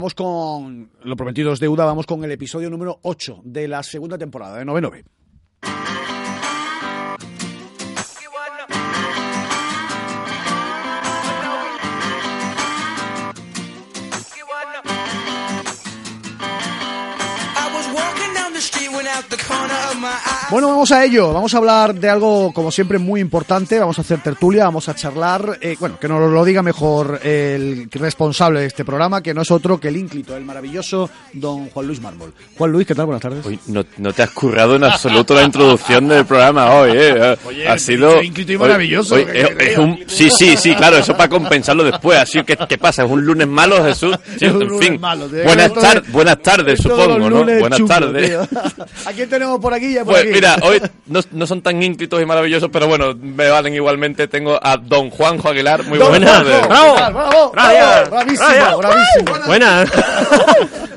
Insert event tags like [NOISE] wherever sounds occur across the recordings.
Vamos con, lo prometido es deuda, vamos con el episodio número 8 de la segunda temporada de 99. Bueno, vamos a ello. Vamos a hablar de algo, como siempre, muy importante. Vamos a hacer tertulia, vamos a charlar. Eh, bueno, que nos lo diga mejor el responsable de este programa, que no es otro que el ínclito, el maravilloso don Juan Luis Mármol. Juan Luis, ¿qué tal? Buenas tardes. Uy, no, no te has currado en absoluto la introducción del programa hoy, ¿eh? Oye, ha el sido. ínclito y maravilloso, oye, que es- creo. es un- sí, sí, sí, claro, eso para compensarlo después. Así que, ¿qué pasa? ¿Es un lunes malo, Jesús? Sí, Es un en lunes fin. malo, tío. buenas, Todos- tar- buenas tardes, todos supongo, los ¿no? lunes Buenas chungos, tardes. tío. [LAUGHS] ¿A quién tenemos por aquí? Ya por [LAUGHS] Pues aquí. mira, hoy no, no son tan ínclitos y maravillosos, pero bueno, me valen igualmente. Tengo a don Juanjo Aguilar. Muy Don buenas Juanjo, tardes. ¿qué Bravo. tal? ¡Bravo! Gracias. ¡Bravo! ¡Bravísimo! Gracias. ¡Bravísimo! [LAUGHS] Buenas.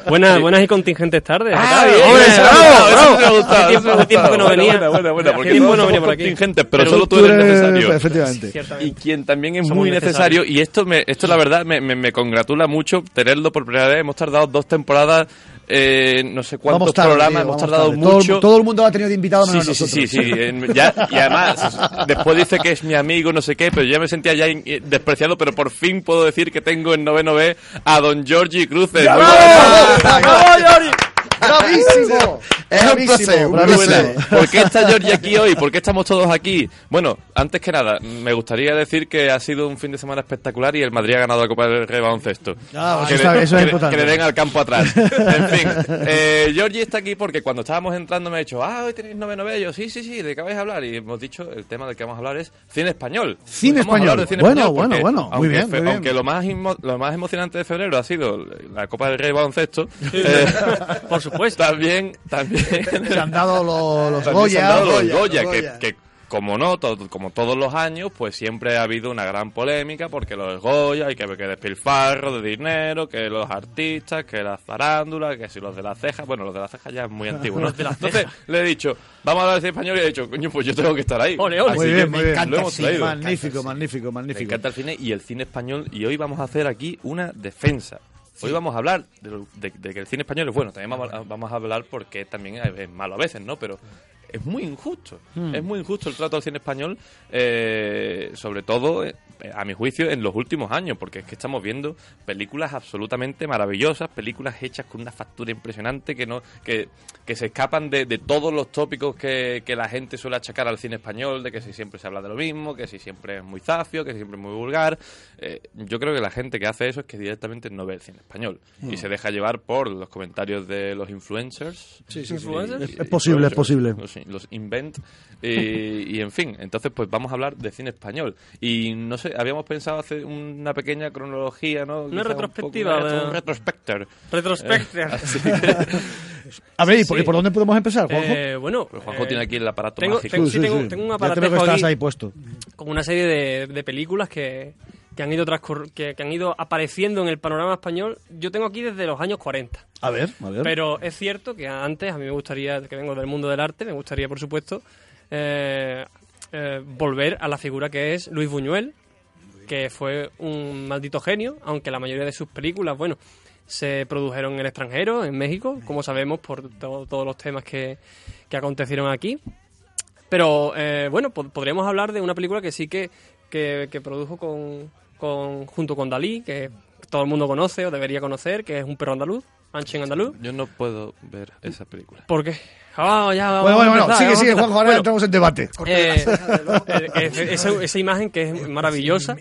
buenas, buenas y contingentes tardes. Ah, Octavio. bien, Hombre, eso me bravo, ha gustado, eso bravo. me ha gustado, Hace tiempo- eso me ha hace tiempo que no gustado. venía. Buena, buena, buena, Hace porque tiempo todos no venía somos por aquí. contingentes, pero solo tú Tú eres eres- necesario. Efectivamente. Y Ciertamente. quien también es Somos muy necesario, y esto me, esto la verdad me, me- me congratula mucho tenerlo por primera vez. Hemos tardado dos temporadas, eh, no sé cuántos Vamos tarde, programas, tío, hemos vamos tardado tarde. Todo- mucho. Todo, el mundo lo ha tenido de invitado Sí, menos sí, sí, sí, nosotros. sí. en- ya- y además, después dice que es mi amigo, no sé qué, pero yo ya me sentía ya in- eh, despreciado, pero por fin puedo decir que tengo en noveno B a don Georgie Cruces. Muy buenas. ¡Bravísimo! Es un ¡Bravísimo! placer, un Muy bravísimo. buenas. ¿Por qué está Georgie aquí hoy? ¿Por qué estamos todos aquí? Bueno, antes que nada, me gustaría decir que ha sido un fin de semana espectacular y el Madrid ha ganado la Copa del Rey Baloncesto. Ah, pues que, eso está- eso es que importante. que le den al campo atrás. [LAUGHS] En fin, eh, Georgie está aquí porque cuando estábamos entrando me ha dicho, ah, hoy tenéis noveno B". Yo, sí, sí, sí, ¿de qué vais a hablar? Y hemos dicho, el tema del que vamos a hablar es cine español. Cine Vamos a hablar de español. Bueno, bueno, porque bueno, muy aunque bien, fe- muy bien. Aunque lo más, inmo- lo más emocionante de febrero ha sido la Copa del Rey Baloncesto. eh, [LAUGHS] Por supuesto. también, [LAUGHS] también Se han dado los, los también se han Goya. dado los Goya, Goya, los que- Goya. que, como no, to- como todos los años, pues siempre ha habido una gran polémica porque los Goya hay que ver que despilfarro de dinero, que los artistas, que la zarándulas, que si los de las cejas, bueno, los de las cejas ya es muy antiguo, ¿no? Entonces le he dicho, vamos a hablar de español y he dicho, coño, pues yo tengo que estar ahí. Ole, ole. Así Muy que bien, me muy bien. encanta, lo hemos Sí, traído. magnífico, magnífico, Me magnífico. encanta el cine y el cine español y hoy vamos a hacer aquí una defensa. Hoy vamos a hablar de, lo- de- de que el cine español es bueno, también vamos a, vamos a hablar porque también es, es malo a veces, ¿no? Pero es muy injusto, es muy injusto el trato al cine español, eh, sobre todo, eh, a mi juicio, en los últimos años, porque es que estamos viendo películas absolutamente maravillosas, películas hechas con una factura impresionante que no que, que se escapan de, de todos los tópicos que, que la gente suele achacar al cine español, de que si siempre se habla de lo mismo, que si siempre es muy zafio, que si siempre es muy vulgar. Eh, yo creo que la gente que hace eso es que directamente no ve el cine español y se deja llevar por los comentarios de los influencers. Influencers. Y- Es posible, y- es posible. Los, los invent. Y, [LAUGHS] y, en fin, entonces pues vamos a hablar de cine español. Y no sé, habíamos pensado hacer una pequeña cronología, ¿no? Quizá un retrospectiva, poco- ¿verdad? un retrospector. [LAUGHS] Eh, Retrospective. Así que- A ver, ¿y por, Sí. y por dónde podemos empezar, Juanjo? Eh, bueno, Pues Juanjo eh, tiene aquí el aparato tengo- mágico. tengo- sí, tengo Ya un te aparatejo veo que estás aquí. ahí puesto. con una serie de, de películas que, que han ido transcur- que, que han ido apareciendo en el panorama español. Yo tengo aquí desde los años 40. A ver, a ver. Pero es cierto que antes, a mí me gustaría, que vengo del mundo del arte, me gustaría, por supuesto, eh, eh, volver a la figura que es Luis Buñuel, que fue un maldito genio, aunque la mayoría de sus películas, bueno, se produjeron en el extranjero, en México, como sabemos por to- todos los temas que, que acontecieron aquí. Pero eh, bueno, po- podríamos hablar de una película que sí que, que, que produjo con, con- junto con Dalí, que todo el mundo conoce o debería conocer, que es Un perro andaluz, Anchen andaluz. Yo no puedo ver esa película. Porque... Ah, ya, vamos Bueno, a bueno, bueno, empezar, sigue, vamos a sigue, empezar. Juanjo, ahora Bueno, entramos en debate. eh, el- ese- esa, imagen que es maravillosa,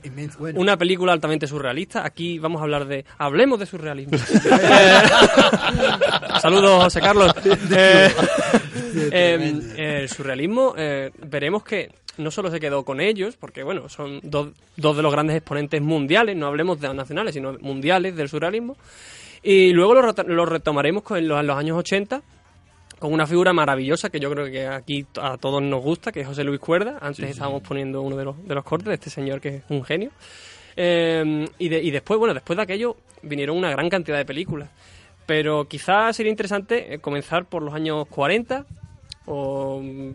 una película altamente surrealista. Aquí vamos a hablar de. Hablemos de surrealismo. Eh, saludos, José Carlos. Eh, eh, el surrealismo, eh, veremos que no solo se quedó con ellos, porque bueno, son dos, dos de los grandes exponentes mundiales, no hablemos de nacionales, sino mundiales del surrealismo. Y luego lo, reta- lo retomaremos con en los, en los años 80 con una figura maravillosa que yo creo que aquí t- a todos nos gusta, que es José Luis Cuerda. Antes estábamos poniendo uno de los, de los cortes de este señor que es un genio. Eh, y, de- y después, bueno, después de aquello vinieron una gran cantidad de películas. Pero quizás sería interesante eh, comenzar por los años 40 o mm,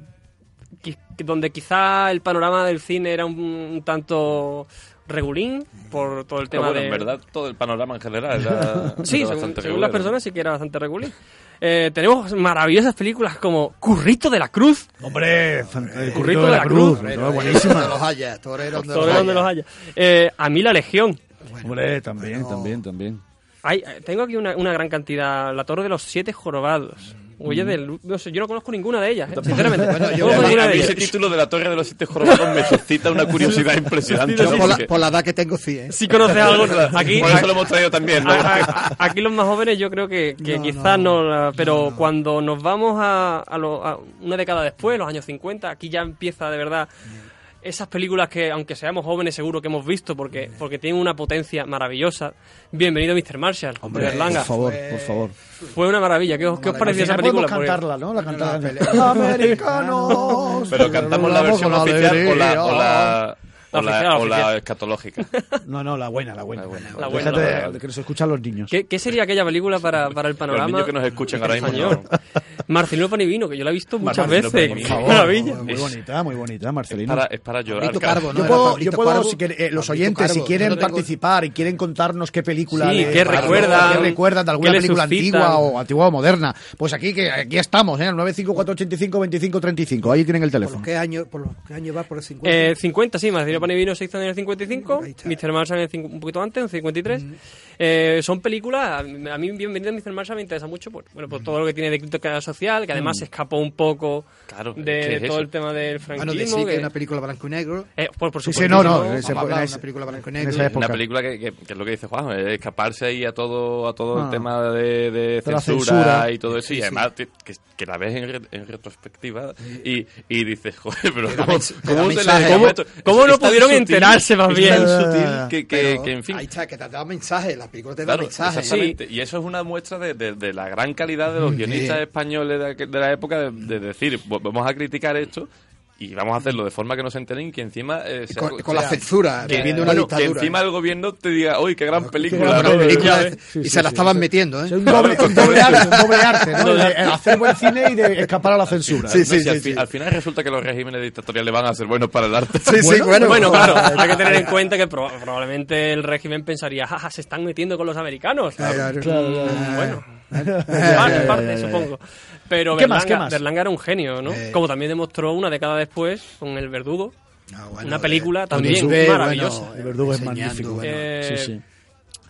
qui- donde quizá el panorama del cine era un, un tanto regulín por todo el tema Ah, bueno, de... en verdad, todo el panorama en general era, [LAUGHS] Sí, era según, bastante según las regular. personas sí que era bastante regulín. Eh, tenemos maravillosas películas como Currito de la Cruz, Hombre, fan- el Currito currito de la cruz, Torero, ¿no? donde buenísima. los hayas, torero donde sobre donde los haya. Eh, a mí la Legión. Hombre, también, también. también. Hay, eh, tengo aquí una, una gran cantidad, La Torre de los Siete Jorobados. Oye, Mm. del- no sé, yo no conozco ninguna de ellas, eh, sinceramente. Bueno, yo- No conozco A mí, ninguna a de mí ellas. ese título de la Torre de los Siete Jorobados me suscita una [LAUGHS] curiosidad impresionante. Yo así por, la, que- por la edad que tengo, sí, ¿eh? Si conoces algo, aquí, [LAUGHS] Por eso lo hemos traído también, ¿no? A- a- Aquí los más jóvenes yo creo que, que quizás no, la- pero cuando nos vamos a, a lo- a una década después, los años 50, aquí ya empieza de verdad esas películas que aunque seamos jóvenes seguro que hemos visto porque, porque tienen una potencia maravillosa. Bienvenido Mr. Marshall, de Berlanga. por favor. Fue una maravilla. ¿Qué os, qué os pareció esa Al final película? podemos cantarla, Porque- ¿no? La La cantada. [LAUGHS] pelea. ¡Americanos! Pero cantamos la versión Con oficial o la, o alegría. la, o la- eh, oh, oficial, o la oficial. escatológica. No, no, la buena, la buena. La buena. La buena, Déjate la buena. de- de que nos escuchan los niños. ¿Qué, qué sería aquella película para, para el panorama? Los niños que nos escuchan ahora mismo. español? no. Marcelino Panivino, que yo la he visto muchas Marcelino veces. Panivino. ¡Qué Por favor. maravilla! Muy Es- bonita, muy bonita, Marcelino. Para, es para llorar. Pablito cara. Carbo, ¿no? Yo Era puedo, Pablito yo puedo Carbo. si quiere- eh, los Pablito oyentes, si Carbo. quieren Yo lo tengo- participar y quieren contarnos qué película Sí, de- qué Carbo, recuerdan, qué recuerdan de alguna qué les película suscitan. antigua o antigua o moderna, pues aquí que aquí estamos, ¿eh? Al 954852535, ahí tienen el ¿Por teléfono. los qué año, por los qué año va? ¿Por el 50? Eh, 50, sí, Marcelino Panivino se hizo en el 55, Pues Ahí está. Mr. Marshall en el cin- un poquito antes, en el 53. Eh, son películas, a a mí Bienvenido a Mr. Marshall me interesa mucho por, bueno, por todo lo que tiene de crítica social, que además se escapó un poco Claro, de, ¿qué es de todo eso? el tema del bueno, franquismo. decir que que- es una película blanco y negro. eh, por, por Sí, sí, supuesto. no, no, en Vamos ese- a hablar en de ese- una película blanco y en negro. esa época. Una película que, que- que es lo que dice Juan, es escaparse ahí a todo a todo Ah. el tema de, de De la censura, censura. y todo eso. y además te- que, que la ves en, re- en retrospectiva y, y dices, joder, pero da ¿cómo, mens- te da cómo se mensaje. les ¿Cómo- cómo no pudieron enterarse más más bien? sutil que, que- Pero que, en fin. Ahí está, que te da mensaje. La película te da Claro, mensaje. exactamente. Y eso es una muestra de, de- de la gran calidad de los Mm, guionistas españoles de, aqu- de la época de, de decir, "Bu- vamos a criticar esto y vamos a hacerlo de forma que no se enteren y que encima... eh, sea- Con, con la sea- censura, que, viviendo una bueno, que dictadura. encima el gobierno te diga, uy, qué gran Qué película. gran ¿no? película, Eh, y se la estaban metiendo, ¿eh? Es un doble, un doble arte, un doble arte, ¿no? El de- el hacer buen cine y de escapar a la censura. Sí, no, si sí, al, sí, fi- sí. al final resulta que los regímenes dictatoriales van a ser buenos para el arte. Sí, sí, bueno. [LAUGHS] Bueno, claro, hay que tener en cuenta que proba- probablemente el régimen pensaría, jaja, se están metiendo con los americanos. Claro. Mm, Bueno, ya, Parte, ya, ya, parte, ya, ya. supongo. Pero ¿Qué Berlanga, más, qué más? Berlanga era un genio, ¿no? Eh. Como también demostró una década después con El Verdugo, Ah, bueno, una eh, película Tony también Sube, bueno, maravillosa. El verdugo es enseñando, magnífico. bueno. Eh,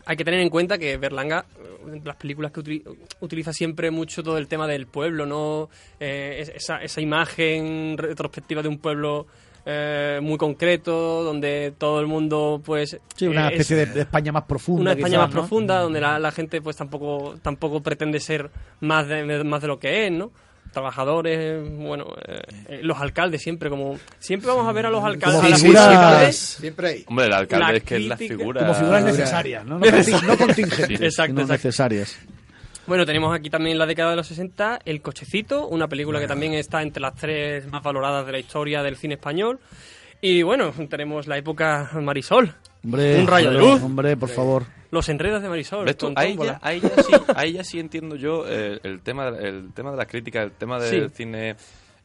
Hay que tener en cuenta que Berlanga, eh, las películas que utili- utiliza siempre mucho todo el tema del pueblo, ¿no? Eh, es- esa, esa imagen retrospectiva de un pueblo eh, muy concreto, donde todo el mundo, pues. Sí, una eh, es- especie de, de España más profunda. una España quizás, ¿no? más Mm. profunda, donde la, la gente pues tampoco tampoco pretende ser más de, de- más de lo que es, ¿no? Trabajadores, bueno, eh, eh, los alcaldes siempre como siempre vamos a ver a los alcaldes, a las figuras- municipalidades, Siempre ahí. Hombre, el alcalde La es que es la crítica- figura... Como figuras necesarias, ¿no? No, contin- no Sí. contingentes, Exacto, sino exacto. necesarias. Bueno, tenemos aquí también la década de los 60, El Cochecito, una película que también está entre las tres más valoradas de la historia del cine español. Y bueno, tenemos la época Marisol, Hombre, Un rayo de joder, luz. Hombre, por favor. Los Enredos de Marisol. ¿Ves tú? con Ahí Tómbola. ya, ahí ya [LAUGHS] sí, ahí ya sí entiendo yo eh, el, tema, de- el tema de las críticas, el tema del Sí. cine,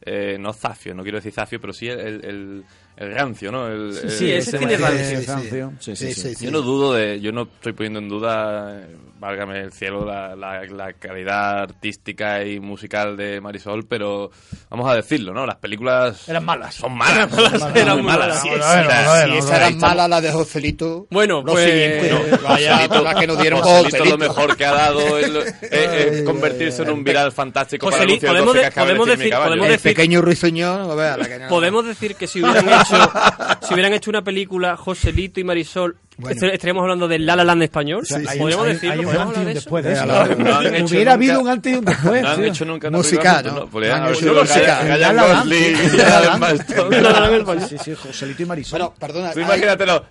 eh, no zafio, no quiero decir zafio, pero sí el, el, el- el rancio, ¿no? El, el- sí, ese este tema cine de- rancio. Sí, sí, sí. Yo no dudo de, yo no estoy poniendo en duda, eh, válgame el cielo, la, la- la calidad artística y musical de Marisol, pero vamos a decirlo, ¿no? Las películas Eran malas. son malas, [LAUGHS] eran son muy malas. sí, Bueno, bueno, bueno, sí, sí, sí, bueno. Esa ahí era estamos. mala la de Joselito. Bueno, Lo pues- siguiente, No, vaya, Joselito- la que nos dieron Joselito lo Joselito. mejor que ha dado es, lo- es- es convertirse en un viral fantástico para Joselito, Lucio podemos Doce de- Cascabeles podemos y mi decir- caballo. podemos El decir- pequeño ruiseñor, a ver, la que no- [LAUGHS] Podemos decir que si [LAUGHS] hubieran hecho si hubieran hecho una película Joselito y Marisol, Bueno. estre- estaríamos hablando del La La Land español. Hay un- podemos hay- decirlo, hay un antes podemos y hablar un de eso. después ¿eh? de eso. No han hecho Hubiera nunca- habido un antes y un después. No han tío. hecho nunca una Musical, película- ¿no? podrían No haber han sido hecho Ryan- musical. Ryan Ya la dan, Gosling ya y la Adam dan. Maston. Sí, sí, Joselito y Marisol. Bueno, perdona. Tú hay- imagínatelo.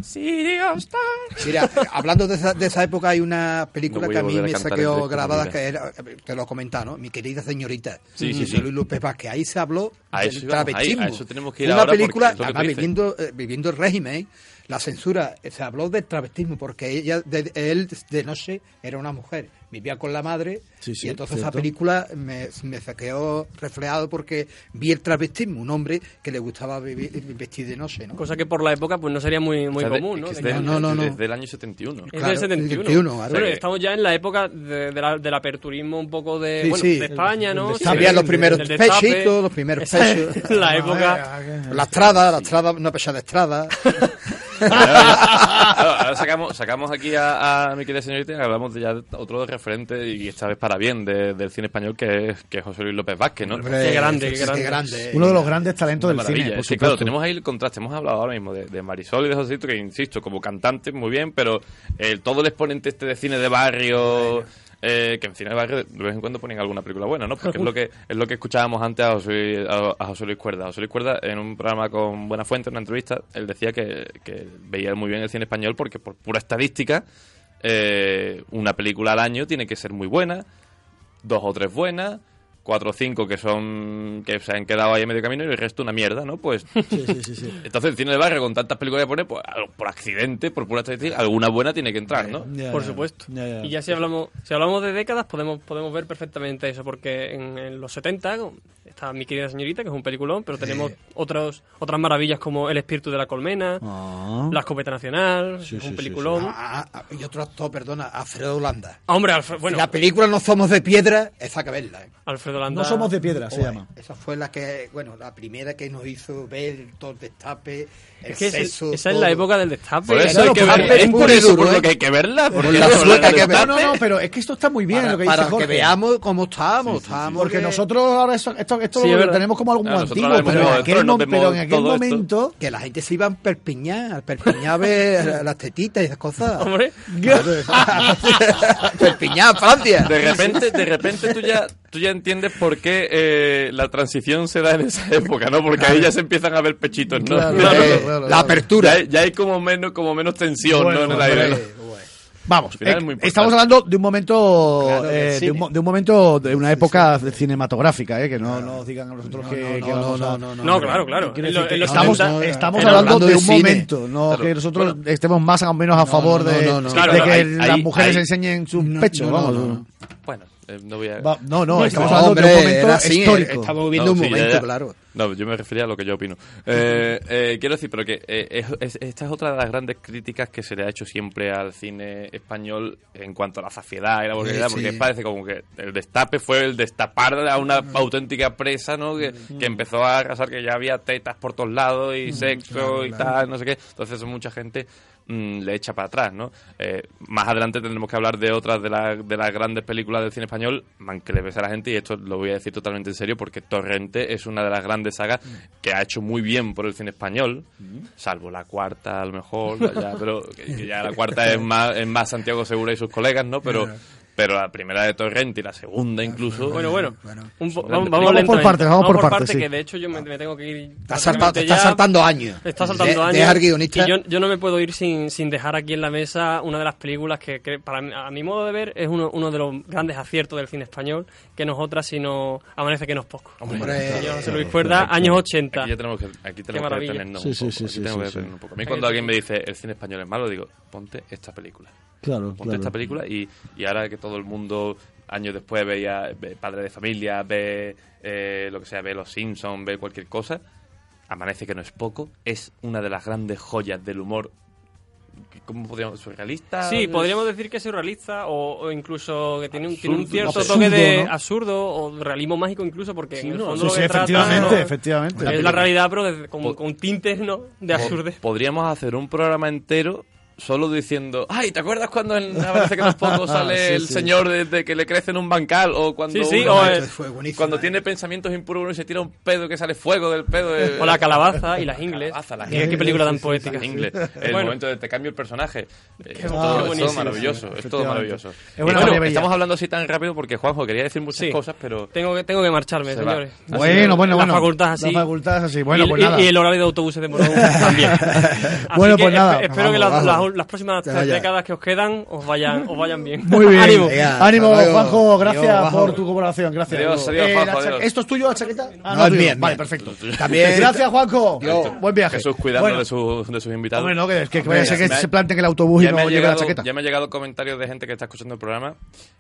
Mira, hablando de esa, de esa época, hay una película No voy que a a mí volver a me cantar saqueó el texto, grabada, mira. que era, te lo he comentado, ¿no? Mi querida señorita. Sí, sí, de sí. Luis López Vázquez. Ahí se habló A del eso íbamos, ahí, travestismo. a eso tenemos que ir una ahora porque película, es lo que tú además, dices. viviendo, eh, viviendo el régimen, ¿eh? la censura, eh, se habló del travestismo, porque ella, de, él de noche era una mujer vivía con la madre Sí, sí, y entonces cierto. esa película me, me saqueó reflejado porque vi el travestismo, un hombre que le gustaba vivir, vestir de noche, ¿no? Cosa que por la época pues no sería muy, muy O sea, de- común, ¿no? que este es De- del- No, no, no. Desde el año 71. Es Claro, del 71. 71, claro. Bueno, estamos ya en la época de- de la- del aperturismo un poco de, Sí, bueno, sí. de España, ¿no? Destape. Había los primeros Del destape. pechitos, los primeros Esa- pechos. la época... La estrada, la estrada, una pesada estrada. Ahora ahora sacamos, sacamos aquí a, a mi querida señorita y hablamos de ya otro referente, y esta vez para bien, de- del cine español, que es, que es José Luis López Vázquez, ¿no? [LAUGHS] Hombre, Qué grande, qué sí, grande. Uno de los grandes talentos Una del maravilla. cine, por Es que, claro, supuesto. tenemos ahí el contraste. Hemos hablado ahora mismo de, de Marisol y de Joséito, que insisto, como cantante, muy bien, pero eh, todo el exponente este de cine de barrio. eh, que en cine de barrio de vez en cuando ponen alguna película buena, ¿no? Porque es lo que es lo que escuchábamos antes a José, a, a José Luis Cuerda. José Luis Cuerda, en un programa con Buena Fuente, en una entrevista, él decía que, que veía muy bien el cine español porque por pura estadística, eh, una película al año tiene que ser muy buena, dos o tres buenas, cuatro o cinco que son que se han quedado ahí a medio camino y el resto una mierda, ¿no? Pues entonces el cine de barrio con tantas películas que pone, pues a- por accidente, por pura estadística, alguna buena tiene que entrar, ¿no? Por supuesto. Y ya si hablamos, si hablamos de décadas, podemos, podemos ver perfectamente eso, porque en, en los 70 está Mi querida señorita, que es un peliculón, pero tenemos otros, otras maravillas como El espíritu de la colmena, La escopeta nacional, Ah. Sí, es un sí, sí, peliculón. Ah, ah, y otro actor, perdona, Alfredo Holanda. Ah, Hombre, Alfredo, bueno, Si la película No Somos de Piedra, esa que verla. ¿eh? Alfredo Landa... No somos de piedra, se Joder, llama. Esa fue la que, bueno, la primera que nos hizo ver todo el destape, el Es que es- sexo, esa es la todo. época del destape. Por eso claro, hay que pues, verla. es Es por puro y eso duro, por ¿eh? lo que hay que verla. Porque la no sueca habla de que los ve- No, tapas. no, no, pero es que esto está muy bien Para, lo que dice para Jorge. que veamos cómo estábamos. estábamos Porque que- nosotros ahora eso- esto, esto Sí, es lo verdad. tenemos como algo muy Ah, nosotros antiguo, ahora mismo pero en vemos aquel, Tron, nos mom- pero vemos en aquel todo [LAUGHS] esto. momento... Que la gente se iba a Perpiñán, a Perpiñán a ver las tetitas y esas cosas. [LAUGHS] Hombre, Perpiñán, Francia. De repente, de repente tú ya, tú ya entiendes por qué eh, la transición se da en esa época, ¿no? Porque ahí ya se empiezan a ver pechitos, ¿no? Claro, [LAUGHS] Eh, claro, claro, la claro. apertura. Ya, hay- ya hay como menos, como menos tensión, Bueno, ¿no? En el hombre. aire. ¿no? Eh, bueno. Vamos, final eh, es muy importante. estamos hablando de un momento, Claro, del eh, de, un, cine. mo- de un momento, de una época cinematográfica, eh, que no nos digan a nosotros que, no, que no, vamos no, a- no, no, no, claro, claro. Quiero En lo- decirte, en los estamos 70 estamos era hablando hablando de de un cine. momento, no Claro. que nosotros estemos más o menos a favor de, no, no, no. de Claro, que ahí- las ahí- mujeres ahí- enseñen sus pechos. no, vamos. no, no. Bueno, eh, no voy a... Va- no, no, estamos No, hablando de un hombre, momento era así, eh, histórico. Estamos viviendo No, un sí, ya, momento, ya. claro. No, yo me refería a lo que yo opino. Eh, [LAUGHS] eh, quiero decir, pero que eh, es- es- esta es otra de las grandes críticas que se le ha hecho siempre al cine español en cuanto a la zafiedad y la vulgaridad, Sí, sí. porque parece como que el destape fue el destapar a una auténtica presa, ¿no? Que, que empezó a arrasar, que ya había tetas por todos lados y sexo y tal, no sé qué. Entonces mucha gente mm, le echa para atrás, ¿no? Eh, más adelante tendremos que hablar de otras de, la- de las grandes películas del cine español, man, que le pese a la gente, y esto lo voy a decir totalmente en serio, porque Torrente es una de las grandes sagas que ha hecho muy bien por el cine español, salvo la cuarta a lo mejor, ya, pero que- que ya la cuarta es más, es más Santiago Segura y sus colegas, ¿no? Pero, pero la primera de Torrente y la segunda incluso... Bueno, bueno. Un po- Vamos vamos, por lentamente. partes, vamos por partes, sí. que de hecho yo me, me tengo que ir. Está, salta- prácticamente está ya. saltando años. Está saltando De- años. Deja al guionista. Y yo, yo no me puedo ir sin, sin dejar aquí en la mesa una de las películas que, que para mí- a mi modo de ver, es uno, uno de los grandes aciertos del cine español, que no es otra sino Amanece que no es poco. Hombre, eh, Señor José Luis Cuerda, años 80. Aquí ya tenemos que, aquí tenemos que maravilla. detenernos Sí, un sí, poco. sí, aquí sí, tengo que sí, sí. detenernos un poco. A mí cuando alguien me dice el cine español es malo, digo, ponte esta película. Claro, Ponte esta película y, y ahora que todo el mundo años después veía ve Padre de Familia, ve eh, lo que sea, ve Los Simpsons, ve cualquier cosa, Amanece que no es poco, es una de las grandes joyas del humor, ¿cómo podríamos? ¿Surrealista? Sí, podríamos decir que es surrealista o, o incluso que tiene un, tiene un Absurdo, cierto absurdo, toque de ¿no? absurdo o realismo mágico incluso porque en el fondo Sí, lo sí, que trata, efectivamente, ¿no? efectivamente. es la realidad pero desde- con, Po- con tintes ¿no? de Po- absurdez. Podríamos hacer un programa entero solo diciendo, ay, ¿te acuerdas cuando en Amanece que no es [LAUGHS] poco sale Ah, Sí, el sí. señor de, de que le crece en un bancal o cuando Sí, sí, uno- o esto eh, fue buenísimo. Cuando tiene pensamientos impuros y se tira un pedo que sale fuego del pedo. eh, O la calabaza y las ingles. Calabaza, las Qué- ingles. Qué película tan Las poética. [LAUGHS] ingles. El Bueno. momento de te cambio el personaje. Eh, qué todo, buenísimo. es todo maravilloso. Es todo Efectivamente. maravilloso. Es Y una bueno, maravilla. estamos hablando así tan rápido porque Juanjo quería decir muchas Sí. cosas, pero. Tengo que, tengo que marcharme, Se va. señores. Bueno, bueno, La bueno. facultad así. La facultad es así. Bueno, y, pues y- nada. [LAUGHS] y el horario de autobuses de Morón también. Así Bueno, que pues nada. espe- Espero que Vamos, las, vamos. las próximas Ya, tres ya. décadas que os quedan os vayan, os vayan bien. Muy [LAUGHS] bien. Ánimo. Venga, Ánimo, hasta luego. Juanjo. Gracias Adiós, Juanjo. por tu colaboración. Gracias. Adiós, Luego. adiós, la Juanjo, cha- adiós. ¿Esto es tuyo, la chaqueta? Ah, No, no, es tuyo. mía, es Vale, mía. perfecto. [LAUGHS] También- Gracias, Juanjo. Adiós. Oh, Buen viaje. Jesús cuidando Bueno, de, sus- de sus invitados. Hombre, no, que, que Hombre, vaya a ser que me ha- se plante en el autobús y ya no me, ha lleve la llegado, chaqueta. ya me ha llegado comentarios de gente que está escuchando el programa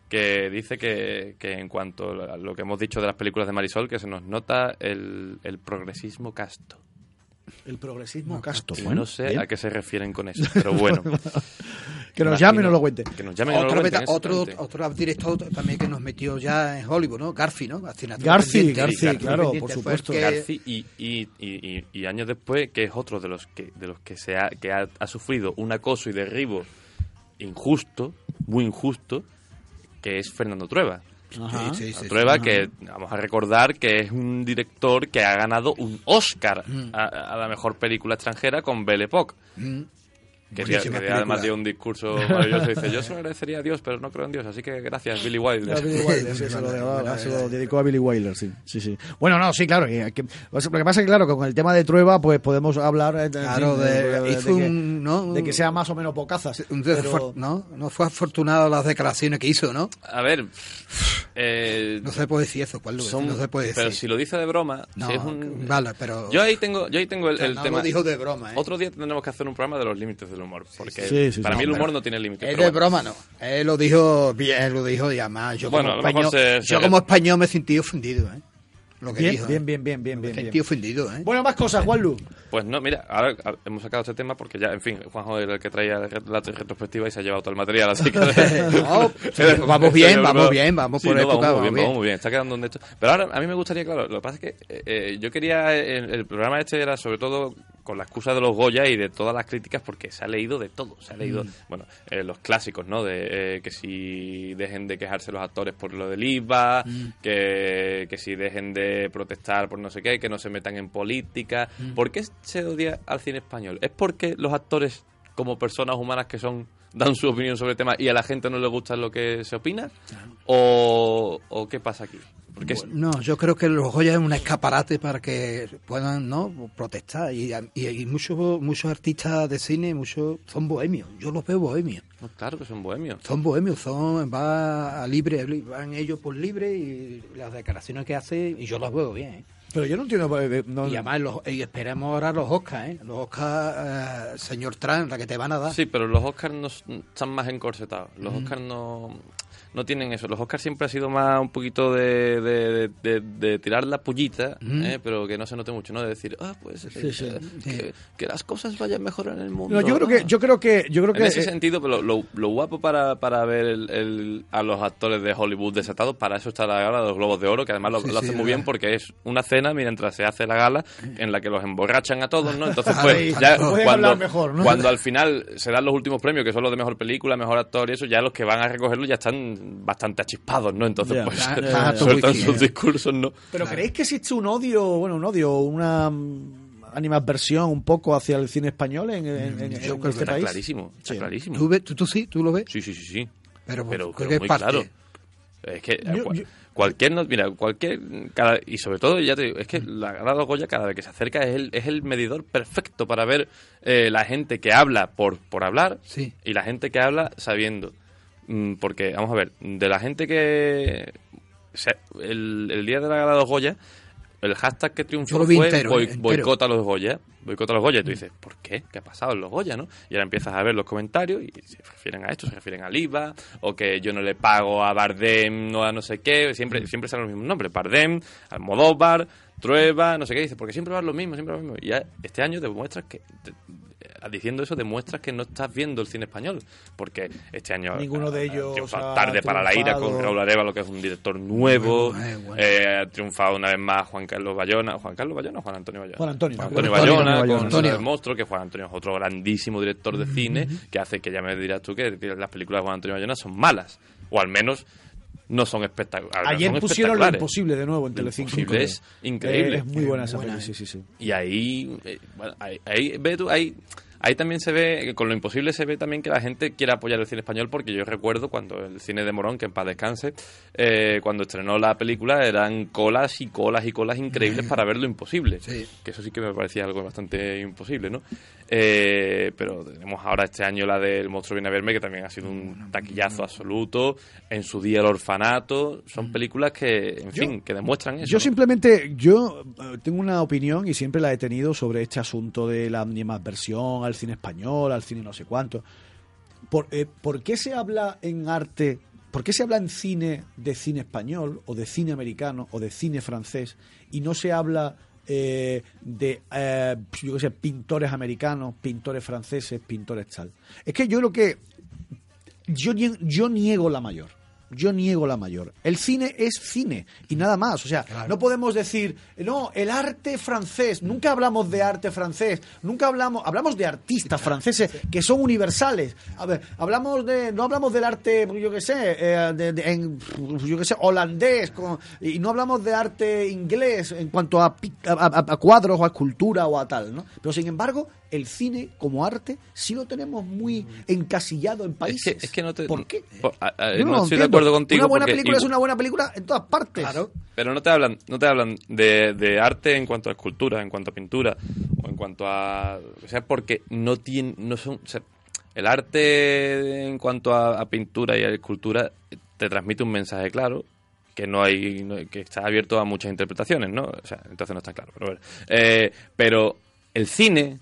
que dice que, que en cuanto a lo que hemos dicho de las películas de Marisol, que se nos nota el, el progresismo casto. El progresismo Pues casto. Y no sé a qué se refieren con eso, pero bueno. Que nos Imagino- llame y nos lo [LAUGHS] cuente. Que nos llamen y nos lo Otro, cuenten, beta- otro, exactamente. otro director también que nos metió ya en Hollywood, ¿no? Garfi, ¿no? Asesinato Garci, Pendiente. Garci, Asesinato claro, Pendiente por fue el supuesto. que- Garci y, y- y- y- y años después, que es otro de los que, de los que, se ha, que ha, ha sufrido un acoso y derribo injusto, muy injusto, que es Fernando Trueba. Ajá. Sí, sí, sí, Trueba, sí. que vamos a recordar que es un director que ha ganado un Oscar a, a la mejor película extranjera con Belle Époque. Mm. Que, Buenísima que película. además dio un [LAUGHS] discurso maravilloso y dice, yo se lo agradecería a Dios, pero no creo en Dios, así que gracias, Billy Wilder. Wilder, sí, se lo dedicó- se lo dedicó a Billy Wilder, sí. sí, sí. Bueno, no, sí, claro. que- que- o sea, lo que pasa es que, claro, que con el tema de Trueba, pues podemos hablar eh, Claro, en fin, de- hizo que, un- ¿no? de que sea más o menos bocazas. Un pero- desafor- ¿no? no fue afortunado las declaraciones que hizo, ¿no? A ver, eh, No se puede decir eso, ¿cuál lo son- No se puede decir. pero si lo dice de broma, No, si es un- vale, pero- yo ahí tengo, yo ahí tengo el, O sea, el no tema. lo dijo de broma, ¿eh? Otro día tendremos que hacer un programa de los límites del humor, porque sí, sí, para sí. mí el No, humor no tiene límites. Él pero de bueno. broma no. Él lo dijo bien, él lo dijo y además yo, Bueno, como, a lo mejor español, se- yo se- como español me sentí ofendido, ¿eh? Lo que Bien, dijo. bien, ¿eh? bien, bien, bien, Me bien, sentí bien. ofendido, ¿eh? Bueno, más cosas, Juanlu. Pues no, mira, ahora a- hemos sacado este tema porque ya, en fin, Juanjo era el que traía la re- la retrospectiva y se ha llevado todo el material, así que... [LAUGHS] [LAUGHS] No, sí, vamos bien, Estoy vamos preocupado. bien, vamos Sí, por no, época, Vamos muy bien, vamos vamos bien. muy bien, está quedando un hecho. Pero ahora, a mí me gustaría, claro, lo que pasa es que eh, eh, yo quería, el, el programa este era sobre todo con la excusa de los Goya y de todas las críticas porque se ha leído de todo, se ha Mm. leído, bueno, eh, los clásicos, ¿no? De eh, que si dejen de quejarse los actores por lo del IVA, Mm. que, que si dejen de protestar por no sé qué, que no se metan en política. Mm. ¿Por qué se odia al cine español? ¿Es porque los actores, como personas humanas que son, dan su opinión sobre temas y a la gente no le gusta lo que se opina? ¿O, o qué pasa aquí? Porque es- No, yo creo que los Goya es un escaparate para que puedan no protestar. Y, y- y muchos, muchos artistas de cine muchos son bohemios. Yo los veo bohemios. no, claro que son bohemios. Son bohemios, son va a libre, van ellos por libre y las declaraciones que hace, y yo las veo bien. ¿eh? Pero yo no entiendo. eh, no- Y además, los, y esperemos ahora los Oscars, ¿eh? Los Oscars, eh, señor Trump, la que te van a dar. Sí, pero los Oscars no s- están más encorsetados. Mm. Los Oscars no, no tienen eso. Los Oscars siempre ha sido más un poquito de, de- de- de- de tirar la pullita, Mm. ¿eh? pero que no se note mucho, ¿no? De decir, ah, pues eh, eh, Que, que las cosas vayan mejor en el mundo. No, yo creo que, ah. yo creo que, yo creo que. En ese eh, sentido, pero lo, lo guapo para, para ver el- el- a los actores de Hollywood desatados, para eso está la gala de los Globos de Oro, que además lo, Sí, lo sí, hacen muy verdad. bien porque es una cena mientras se hace la gala en la que los emborrachan a todos, ¿no? [LAUGHS] Entonces, Ahí, pues, ya pueden cuando, hablar mejor, ¿no? cuando al final se dan los últimos premios, que son los de mejor película, mejor actor y eso, ya los que van a recogerlo ya están bastante achispados, ¿no? Entonces, Ya, pues, [LAUGHS] ya, ya, ya. sueltan Ya. sus discursos, ¿no? Pero creéis que existe un odio, bueno, un odio, una mm, animadversión un poco hacia el cine español en, en- Mm, en- en creo que este Está país? clarísimo, está Sí. clarísimo. ¿Tú, ves- tú, tú sí? ¿Tú lo ves? Sí, sí, sí, sí. Pero, pues, pero, creo pero que es muy parte. claro. Es que eh, Yo- cua- yo- cualquier no- mira, cualquier cada- y sobre todo ya te digo, es que la gala de los Goya cada vez que se acerca es el, es el medidor perfecto para ver eh, la gente que habla por por hablar Sí. y la gente que habla sabiendo. Mm, Porque vamos a ver, de la gente que o sea, el, el día de la gala de los Goya el hashtag que Yo triunfó lo vi fue entero, eh, boi- entero. boicota a los Goya. Boicota a los Goya. Y tú dices, ¿por qué? ¿Qué ha pasado en los Goya, no? Y ahora empiezas a ver los comentarios y se refieren a esto, se refieren al IVA, o que yo no le pago a Bardem o a no sé qué. Mm. Siempre, siempre salen los mismos nombres. Bardem, Almodóvar, Trueba, no sé qué. Y Dices, porque siempre van lo mismo, siempre van lo mismo. Y ya este año demuestras que... te- eh, Diciendo eso demuestras que no estás viendo el cine español, porque este año Ninguno de eh, ellos triunfa ha tarde para la ira con triunfado. Raúl Arevalo, que es un director nuevo, Nuevo, eh, bueno. eh, ha triunfado una vez más Juan Carlos Bayona. ¿Juan Carlos Bayona o Juan Antonio Bayona? Juan Antonio. Juan Antonio Bayona, Bayona. con Antonio. Zona del Monstruo, que Juan Antonio es otro grandísimo director de cine, que hace que ya me dirás tú que las películas de Juan Antonio Bayona son malas, o al menos no son espectaculares. Ayer son pusieron lo espectaculares. imposible de nuevo en Telecinco. imposible creo. es increíble. Eh, es muy buena esa Buena, peli, eh. sí, sí, sí. Y ahí, eh, bueno, ahí, ahí, ve tú, ahí, Ahí también se ve, con lo imposible se ve también que la gente quiere apoyar el cine español, porque yo recuerdo cuando el cine de Morón, que en paz descanse, eh, cuando estrenó la película eran colas y colas y colas increíbles para ver lo imposible. Sí. Que eso sí que me parecía algo bastante imposible, ¿no? Eh, pero tenemos ahora este año la del Monstruo Viene a Verme, que también ha sido un taquillazo absoluto. En su día El Orfanato. Son películas que, en fin, que demuestran eso. Mm. Yo ¿no? simplemente, yo eh, tengo una opinión y siempre la he tenido sobre este asunto de la animadversión al cine español, al cine no sé cuánto. ¿Por, eh, ¿por qué se habla en arte, por qué se habla en cine de cine español o de cine americano o de cine francés y no se habla eh, de, eh, yo qué sé, pintores americanos, pintores franceses, pintores tal? Es que yo lo que yo, nie- yo niego la mayor. Yo niego la mayor. El cine es cine y nada más. O sea, no podemos decir, no, el arte francés. Nunca hablamos de arte francés. Nunca hablamos, hablamos de artistas franceses que son universales. A ver, hablamos de, no hablamos del arte, yo qué sé, eh, de- de- en- yo qué sé, holandés. con- y no hablamos de arte inglés en cuanto a, pi- a- a- a cuadros o a escultura o a tal, ¿no? Pero sin embargo, el cine como arte sí lo tenemos muy encasillado en Es que, países. es que no te. ¿Por qué? Por- a- a- Yo no lo estoy de entiendo. acuerdo contigo. Una buena porque película es igual- una buena película en todas partes. Claro. Pero no te hablan, no te hablan de, de arte en cuanto a escultura, en cuanto a pintura, o en cuanto a. O sea, porque no tiene, no son. o sea, el arte en cuanto a, a pintura y a escultura te transmite un mensaje claro que no hay no- que está abierto a muchas interpretaciones, ¿no? O sea, entonces no está claro. Pero, bueno. Eh, pero el cine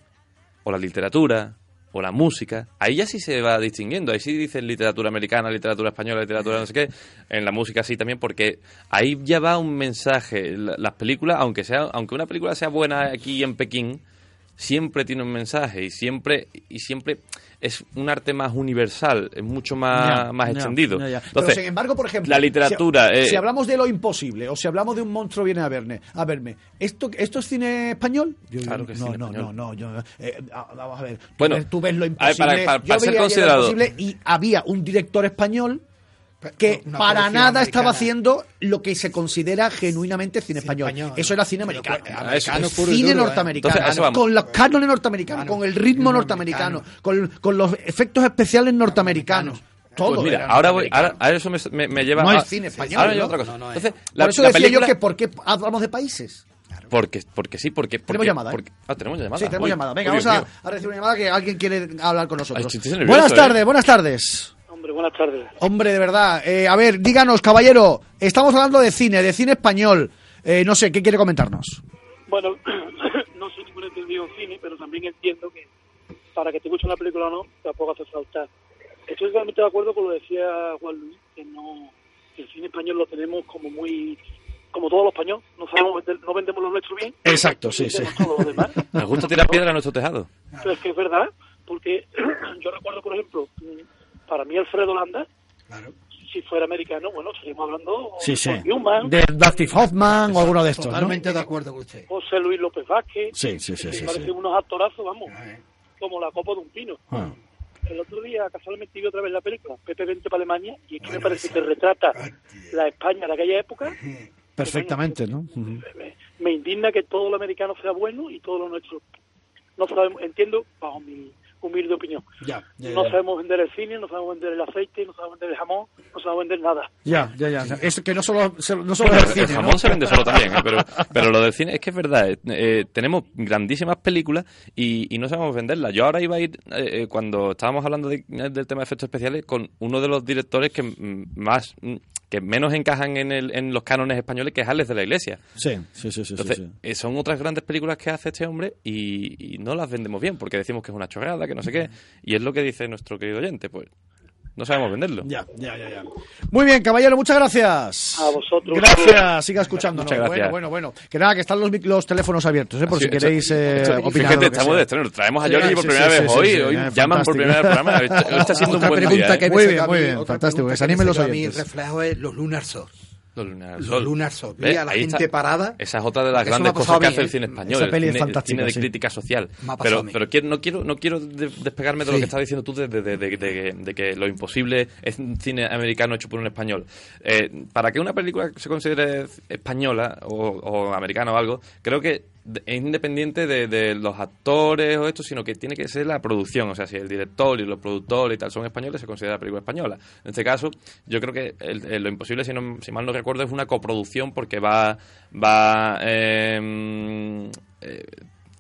o la literatura o la música, ahí ya sí se va distinguiendo, ahí sí dicen literatura americana, literatura española, literatura no sé qué, en la música sí también, porque ahí ya va un mensaje, La- las películas, aunque, sea, aunque una película sea buena aquí en Pekín, siempre tiene un mensaje y siempre, y siempre es un arte más universal, es mucho más, Ya, más ya, extendido. ya, ya. Entonces, Pero sin embargo, por ejemplo, la literatura, Si, eh, si hablamos de lo imposible o si hablamos de un monstruo viene a verme, a verme, ¿esto, esto es cine español? Yo- yo- Claro que es no, cine no, español. no, no, yo- eh, a- vamos a ver. Tú Bueno, ves- tú ves lo a ver, para- imposible. para- yo para veía ser ayer Lo considerado- Imposible y había un director español Pero que una para producción nada estaba americana. haciendo lo que se considera genuinamente cine, español. español, Eso ¿no? era cine Pero americano. que- Era americano puro y cine duro, ¿eh? norteamericano. Entonces, a eso vamos. con los cánones norteamericanos, Claro, con el ritmo ritmo norteamericano, con, con los efectos especiales norteamericanos. Todo. pues mira, era ahora, voy, norteamericano. ahora, ahora eso me, me- me lleva No a, es cine español, ahora lleva ¿no? otra cosa. No, no es. Entonces, la, Por eso la decía película- yo que por qué hablamos de países. Porque, porque sí, porque, porque Tenemos llamada, ¿eh? porque- ah, tenemos llamada. Sí, tenemos Uy, llamada. Venga, vamos uy, Dios a, mío. a recibir una llamada que alguien quiere hablar con nosotros. Ay, estoy- estoy nervioso, buenas eh. tardes, buenas tardes. Hombre, buenas tardes. Hombre, de verdad. eh, a ver, díganos, caballero, estamos hablando de cine, de cine español. Eh, no sé, ¿qué quiere comentarnos? Bueno, no soy ningún entendido en cine, pero también entiendo que para que te guste una película o no, tampoco hace falta. Estoy totalmente de acuerdo con lo que decía Juan Luis, que no que el cine español lo tenemos como muy... como todos los españoles, no sabemos vender- no vendemos lo nuestro bien. Exacto, sí, Vendemos todo lo [LAUGHS] demás. Nos gusta tirar piedra a nuestro tejado. Pero es que es verdad, porque yo recuerdo, por ejemplo, para mí Alfredo Landa, Claro. si fuera americano, bueno, estaríamos hablando Sí, sí. de Newman, De Dusty Hoffman o alguno de estos, ¿no? Totalmente de acuerdo con usted. José Luis López Vázquez, Sí, sí, sí, que sí, parecen sí. unos actorazos, vamos, Eh, como la copa de un pino. Ah. El otro día casualmente vi otra vez la película, Pepe Vente para Alemania, y es que me parece que retrata la España de aquella época. Perfectamente, ¿no? Ujú. Me- Me indigna que todo lo americano sea bueno y todo lo nuestro. No sabemos, entiendo, bajo mi humilde opinión. Ya, ya, No ya. sabemos vender el cine, no sabemos vender el aceite, no sabemos vender el jamón, no sabemos vender nada. Ya, ya, ya. Es que no solo, no solo Bueno, es el, Pues cine, el ¿no? jamón se vende solo también, ¿eh? pero, pero lo del cine es que es verdad. eh, eh, tenemos grandísimas películas y, y no sabemos venderlas. Yo ahora iba a ir, eh, eh, cuando estábamos hablando de- del tema de efectos especiales, con uno de los directores que mm, más mm, que menos encajan en, el, en los cánones españoles, que es Alex de la Iglesia. Sí, sí, sí, sí, sí, Entonces, sí. eh, son otras grandes películas que hace este hombre y, y no las vendemos bien porque decimos que es una chorrada, que no sé qué. Y es lo que dice nuestro querido oyente, pues no sabemos venderlo. Ya, ya, ya, ya. Muy bien, caballero, muchas gracias. A vosotros. Gracias, siga escuchándonos. Muchas gracias. Bueno, bueno, bueno. Que nada, que están los, mic- los teléfonos abiertos, ¿eh? por Sí, si eso- queréis eh, esto- opinar. Fíjate, o lo que estamos de sea. estreno. Traemos a Sí, Jordi por sí, primera sí, vez sí, hoy. sí, hoy eh, llaman fantástico. por primera vez al programa. Hoy está, hoy está siendo un Otra buen pregunta día. que ¿eh? hay- me Muy sacó bien, a mí, muy bien, otra fantástico, pregunta que se que me animen los sacó a mí, oyentes. El reflejo es los Lunar Sol. Los Lunar Los Sol. Lunar Sol. ¿Ves? Veía a la Ahí gente está. parada. Esa es otra de las Eso me grandes ha pasado cosas que a mí, hace el ¿eh? cine español. Esa el peli es cine, el fantástica, cine de sí. crítica social. Me ha pasado a Pero, mí. pero quiero, no quiero, no quiero de- despegarme de lo Sí. que estás diciendo tú de, de- de- de- de- de que lo imposible es un cine americano hecho por un español. Eh, para que una película se considere española o, o americana o algo, creo que de- es independiente de, de los actores o esto, sino que tiene que ser la producción. O sea, si el director y los productores y tal son españoles, se considera película española. En este caso, yo creo que el- el Lo Imposible, si, no- si mal no recuerdo, es una coproducción porque va. va eh, eh,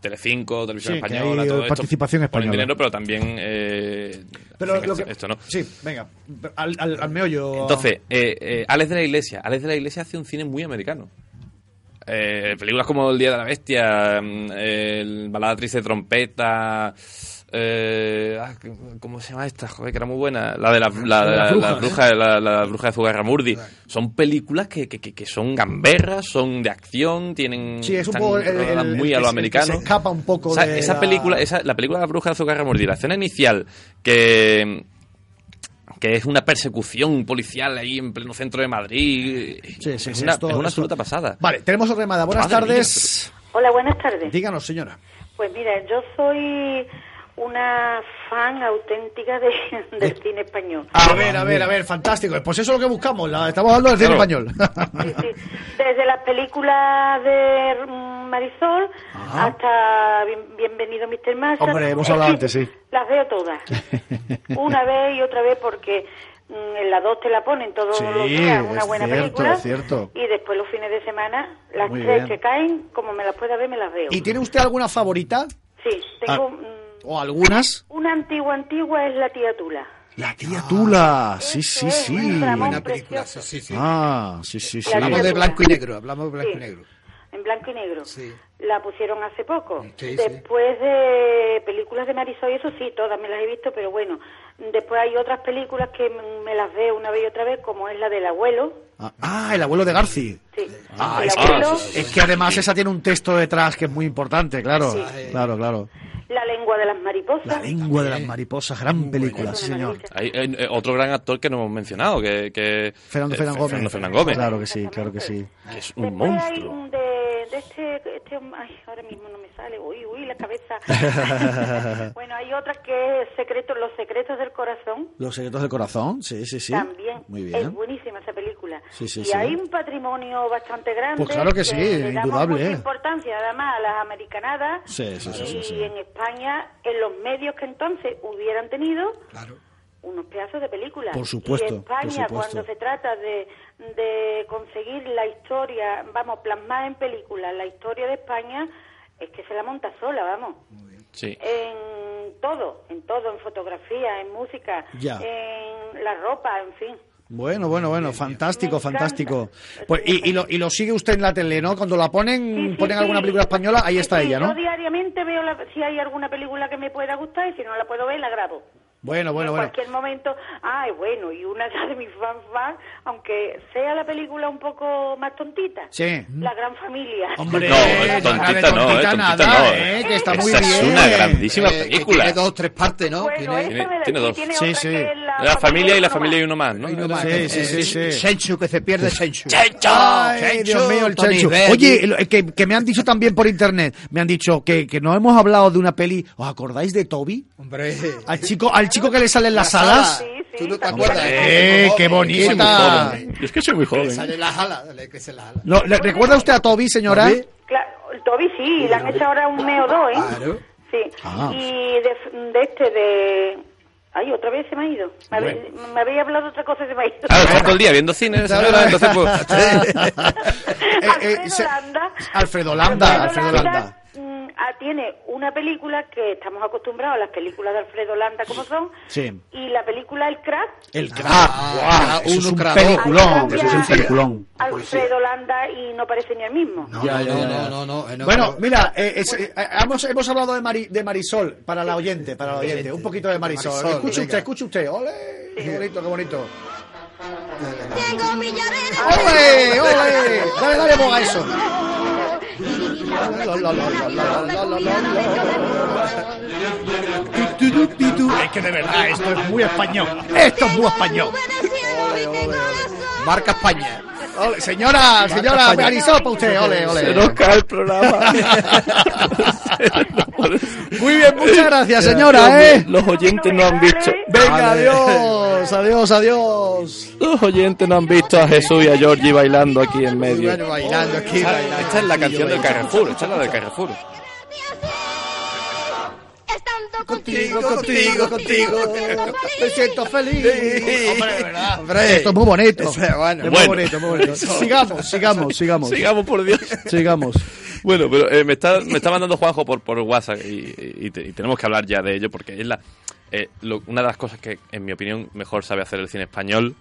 Telecinco, Televisión Sí, que Española, hay, todo eh, esto. participación ponen española. dinero, pero también. eh, Pero hacen lo esto- que- esto, ¿no? Sí, venga, al, al- al meollo. Entonces, eh, eh, Alex de la Iglesia. Alex de la Iglesia hace un cine muy americano. Eh, películas como El Día de la Bestia, mm, el Balada Triste de Trompeta. eh, ah, ¿Cómo se llama esta? Joder, que era muy buena. La de la, la, la- la bruja, ¿eh? la, la bruja de Zugarramurdi. Son películas que, que, que- que son gamberras, son de acción, tienen. Sí, es un están poco el- el- rodadas el- muy el que se- a lo el que se americano. escapa un poco Esa, de esa la- película, esa, la película de la bruja de Zugarramurdi, la escena inicial que que es una persecución policial ahí en pleno centro de Madrid. Sí, sí, es, sí, una, esto- es esto- una absoluta pasada. Vale, tenemos otra llamada. Buenas Madre mía, tardes. Hola, buenas tardes. Díganos, señora. Pues mira, yo soy una fan auténtica de, [LAUGHS] del [LAUGHS] cine español. Ah, A ver, a ver, a ver, fantástico. Pues eso es lo que buscamos. la- estamos hablando del cine Claro. español. [LAUGHS] Sí, sí. Desde las películas de mm, Marisol hasta Bien- Bienvenido Mr. Massa. Hombre, hemos En hablado fin, antes, sí. [LAUGHS] Las veo [LAUGHS] todas. Una vez y otra vez porque mm, en las dos te la ponen todos Sí, los días, una es buena cierto, película. es cierto. Y después los fines de semana, las Muy tres bien. que caen, como me las pueda ver, me las veo. ¿Y tiene usted alguna favorita? Sí, tengo... Ah. mm, ¿O algunas? Una antigua antigua es la tía Tula. La tía Tula. Sí, Eso sí, es, sí. un dramón Buena película, precioso. sí, sí. Mm. Ah, sí, sí, sí. La Hablamos de película. blanco y negro, hablamos de blanco Sí, y negro. En blanco y negro. Sí. La pusieron hace poco. Sí, sí. Después de películas de Marisol, y eso sí, todas me las he visto, pero bueno. Después hay otras películas que m- me las veo una vez y otra vez, como es la del abuelo. Ah, Ah, el abuelo de Garci. Sí. Ah, el es abuelo, que, es que además esa tiene un texto detrás que es muy importante, claro. Claro, claro. la lengua de las La mariposas. lengua de las mariposas, gran película, sí, señor. Hay, eh, eh, otro gran actor que no hemos mencionado, que, que Fernando eh, Fernán Fe- Gómez. Fernando Fernán Gómez, Claro que sí, claro que sí. que es un Después hay monstruo. un de, de este, este hom- ay, ahora mismo no me sale, uy, uy, la [LAUGHS] cabeza. bueno, hay otra que es secreto, Los secretos del corazón. Los secretos del corazón, sí, sí, sí. También Muy es bien. buenísima esa película. Sí, sí, y sí. hay un patrimonio bastante grande. Pues claro que sí, le damos indudable, mucha ¿eh? importancia además a las americanadas. Sí, sí, sí, y sí, sí. en España, en los medios que entonces hubieran tenido Claro. unos pedazos de películas. Por supuesto, Y España, por supuesto. cuando se trata de, de conseguir la historia, vamos, plasmada en películas, la historia de España, es que se la monta sola, vamos. Sí. En todo, en todo, en fotografía, en música, Ya. en la ropa, en fin. Bueno, bueno, bueno, fantástico, Me encanta. fantástico. Pues, y, y lo, y lo sigue usted en la tele, ¿no? Cuando la ponen, Sí, sí, Mm, ponen sí. alguna película española, ahí Sí, está sí, ella, Yo ¿no? diariamente veo la- si hay alguna película que me pueda gustar y si no la puedo ver, la grabo. Bueno, Ah, bueno, en bueno. cualquier momento, ay, bueno, y una [LAUGHS] ya de mis fan fan, aunque sea la película un poco más tontita. Sí. La gran familia. Hombre, No, eh, nada de tontita no, eh, tontita nada, no, eh, eh. que está muy Esa es bien. una grandísima Eh, que película. Tiene dos, tres partes, ¿no? [LAUGHS] bueno, eh. tiene... esa me la- tiene y dos. tiene Sí, otra sí. que es la, La familia y la uno familia más. y uno más, ¿no? Sí, sí, sí, sí. Senchu, que se pierde Senchu. Ay, Dios mío, el Chencho. Oye, lo- eh, que, que me han dicho también por internet, me han dicho que, que no hemos hablado de una peli, ¿os acordáis de Toby? Hombre. Al chico, al chico que le salen las alas. Sí, sí, ¿Tú no te también. acuerdas? Eh, qué bonita. es que soy muy Le ¿eh? sale las alas, le crecen las alas. Lo- le- ¿Recuerda usted a Toby, señora? ¿Toby? Claro, el Toby sí, la han hecho ahora un mes o dos, ¿eh? Claro. Sí. Ah. Y de, de este, de... Ay, otra vez se me ha ido. Me, habe- me había hablado otra cosa y se me ha ido. Claro, está [LAUGHS] todo el día viendo cine, señora, entonces [LAUGHS] pues... Eh, eh, se- Alfredo Landa. Alfredo Landa, Alfredo Landa. mm, ah, tiene una película que estamos acostumbrados a las películas de Alfredo Landa como son. Sí. Y la película El Crack. El crack. Guau, Ah, eso es uno un crack. Ahí peliculón. cambia Eso es un peliculón. Alfredo Landa y no parece ni el mismo. No, Ya, no, ya, no, ya. no, no, eh, no, bueno, pero- mira, eh, es- eh, hemos, hemos hablado de, Mari- de Marisol, para la oyente, para la oyente, un poquito de Marisol. Marisol, escuche venga. usted, escuche usted, ole, qué bonito, qué bonito. Tengo millones de Ole, ole, dale, dale boga a eso. Es que de verdad, esto es muy español, esto es muy español. nubes de cielo y tengo las Marca España. Ole, señora, señora, España. Marisol, pa' usted, ole, ole. Se [LAUGHS] nos cae el [LAUGHS] programa. [LAUGHS] Muy bien, muchas gracias, señora, ¿eh? Los oyentes no han visto. Venga, Vale. adiós, adiós, adiós. Los oyentes no han visto a Jesús y a Georgie bailando aquí en Muy medio. bueno, bailando aquí, bailando. Esta es la canción del bailando. Carrefour, esta es la del Carrefour. Estando Contigo, contigo, contigo. Me siento feliz. Hombre, ¿verdad? Hombre. Esto es muy bonito. Eso es bueno. Es muy Bueno. bonito, muy bonito. Sigamos, sigamos, sigamos. Sigamos por [LAUGHS] Dios. Sigamos. Bueno, pero eh, me, está, me está mandando Juanjo por, por WhatsApp y, y te- y tenemos que hablar ya de ello porque es la, eh, lo- una de las cosas que, en mi opinión, mejor sabe hacer el cine español,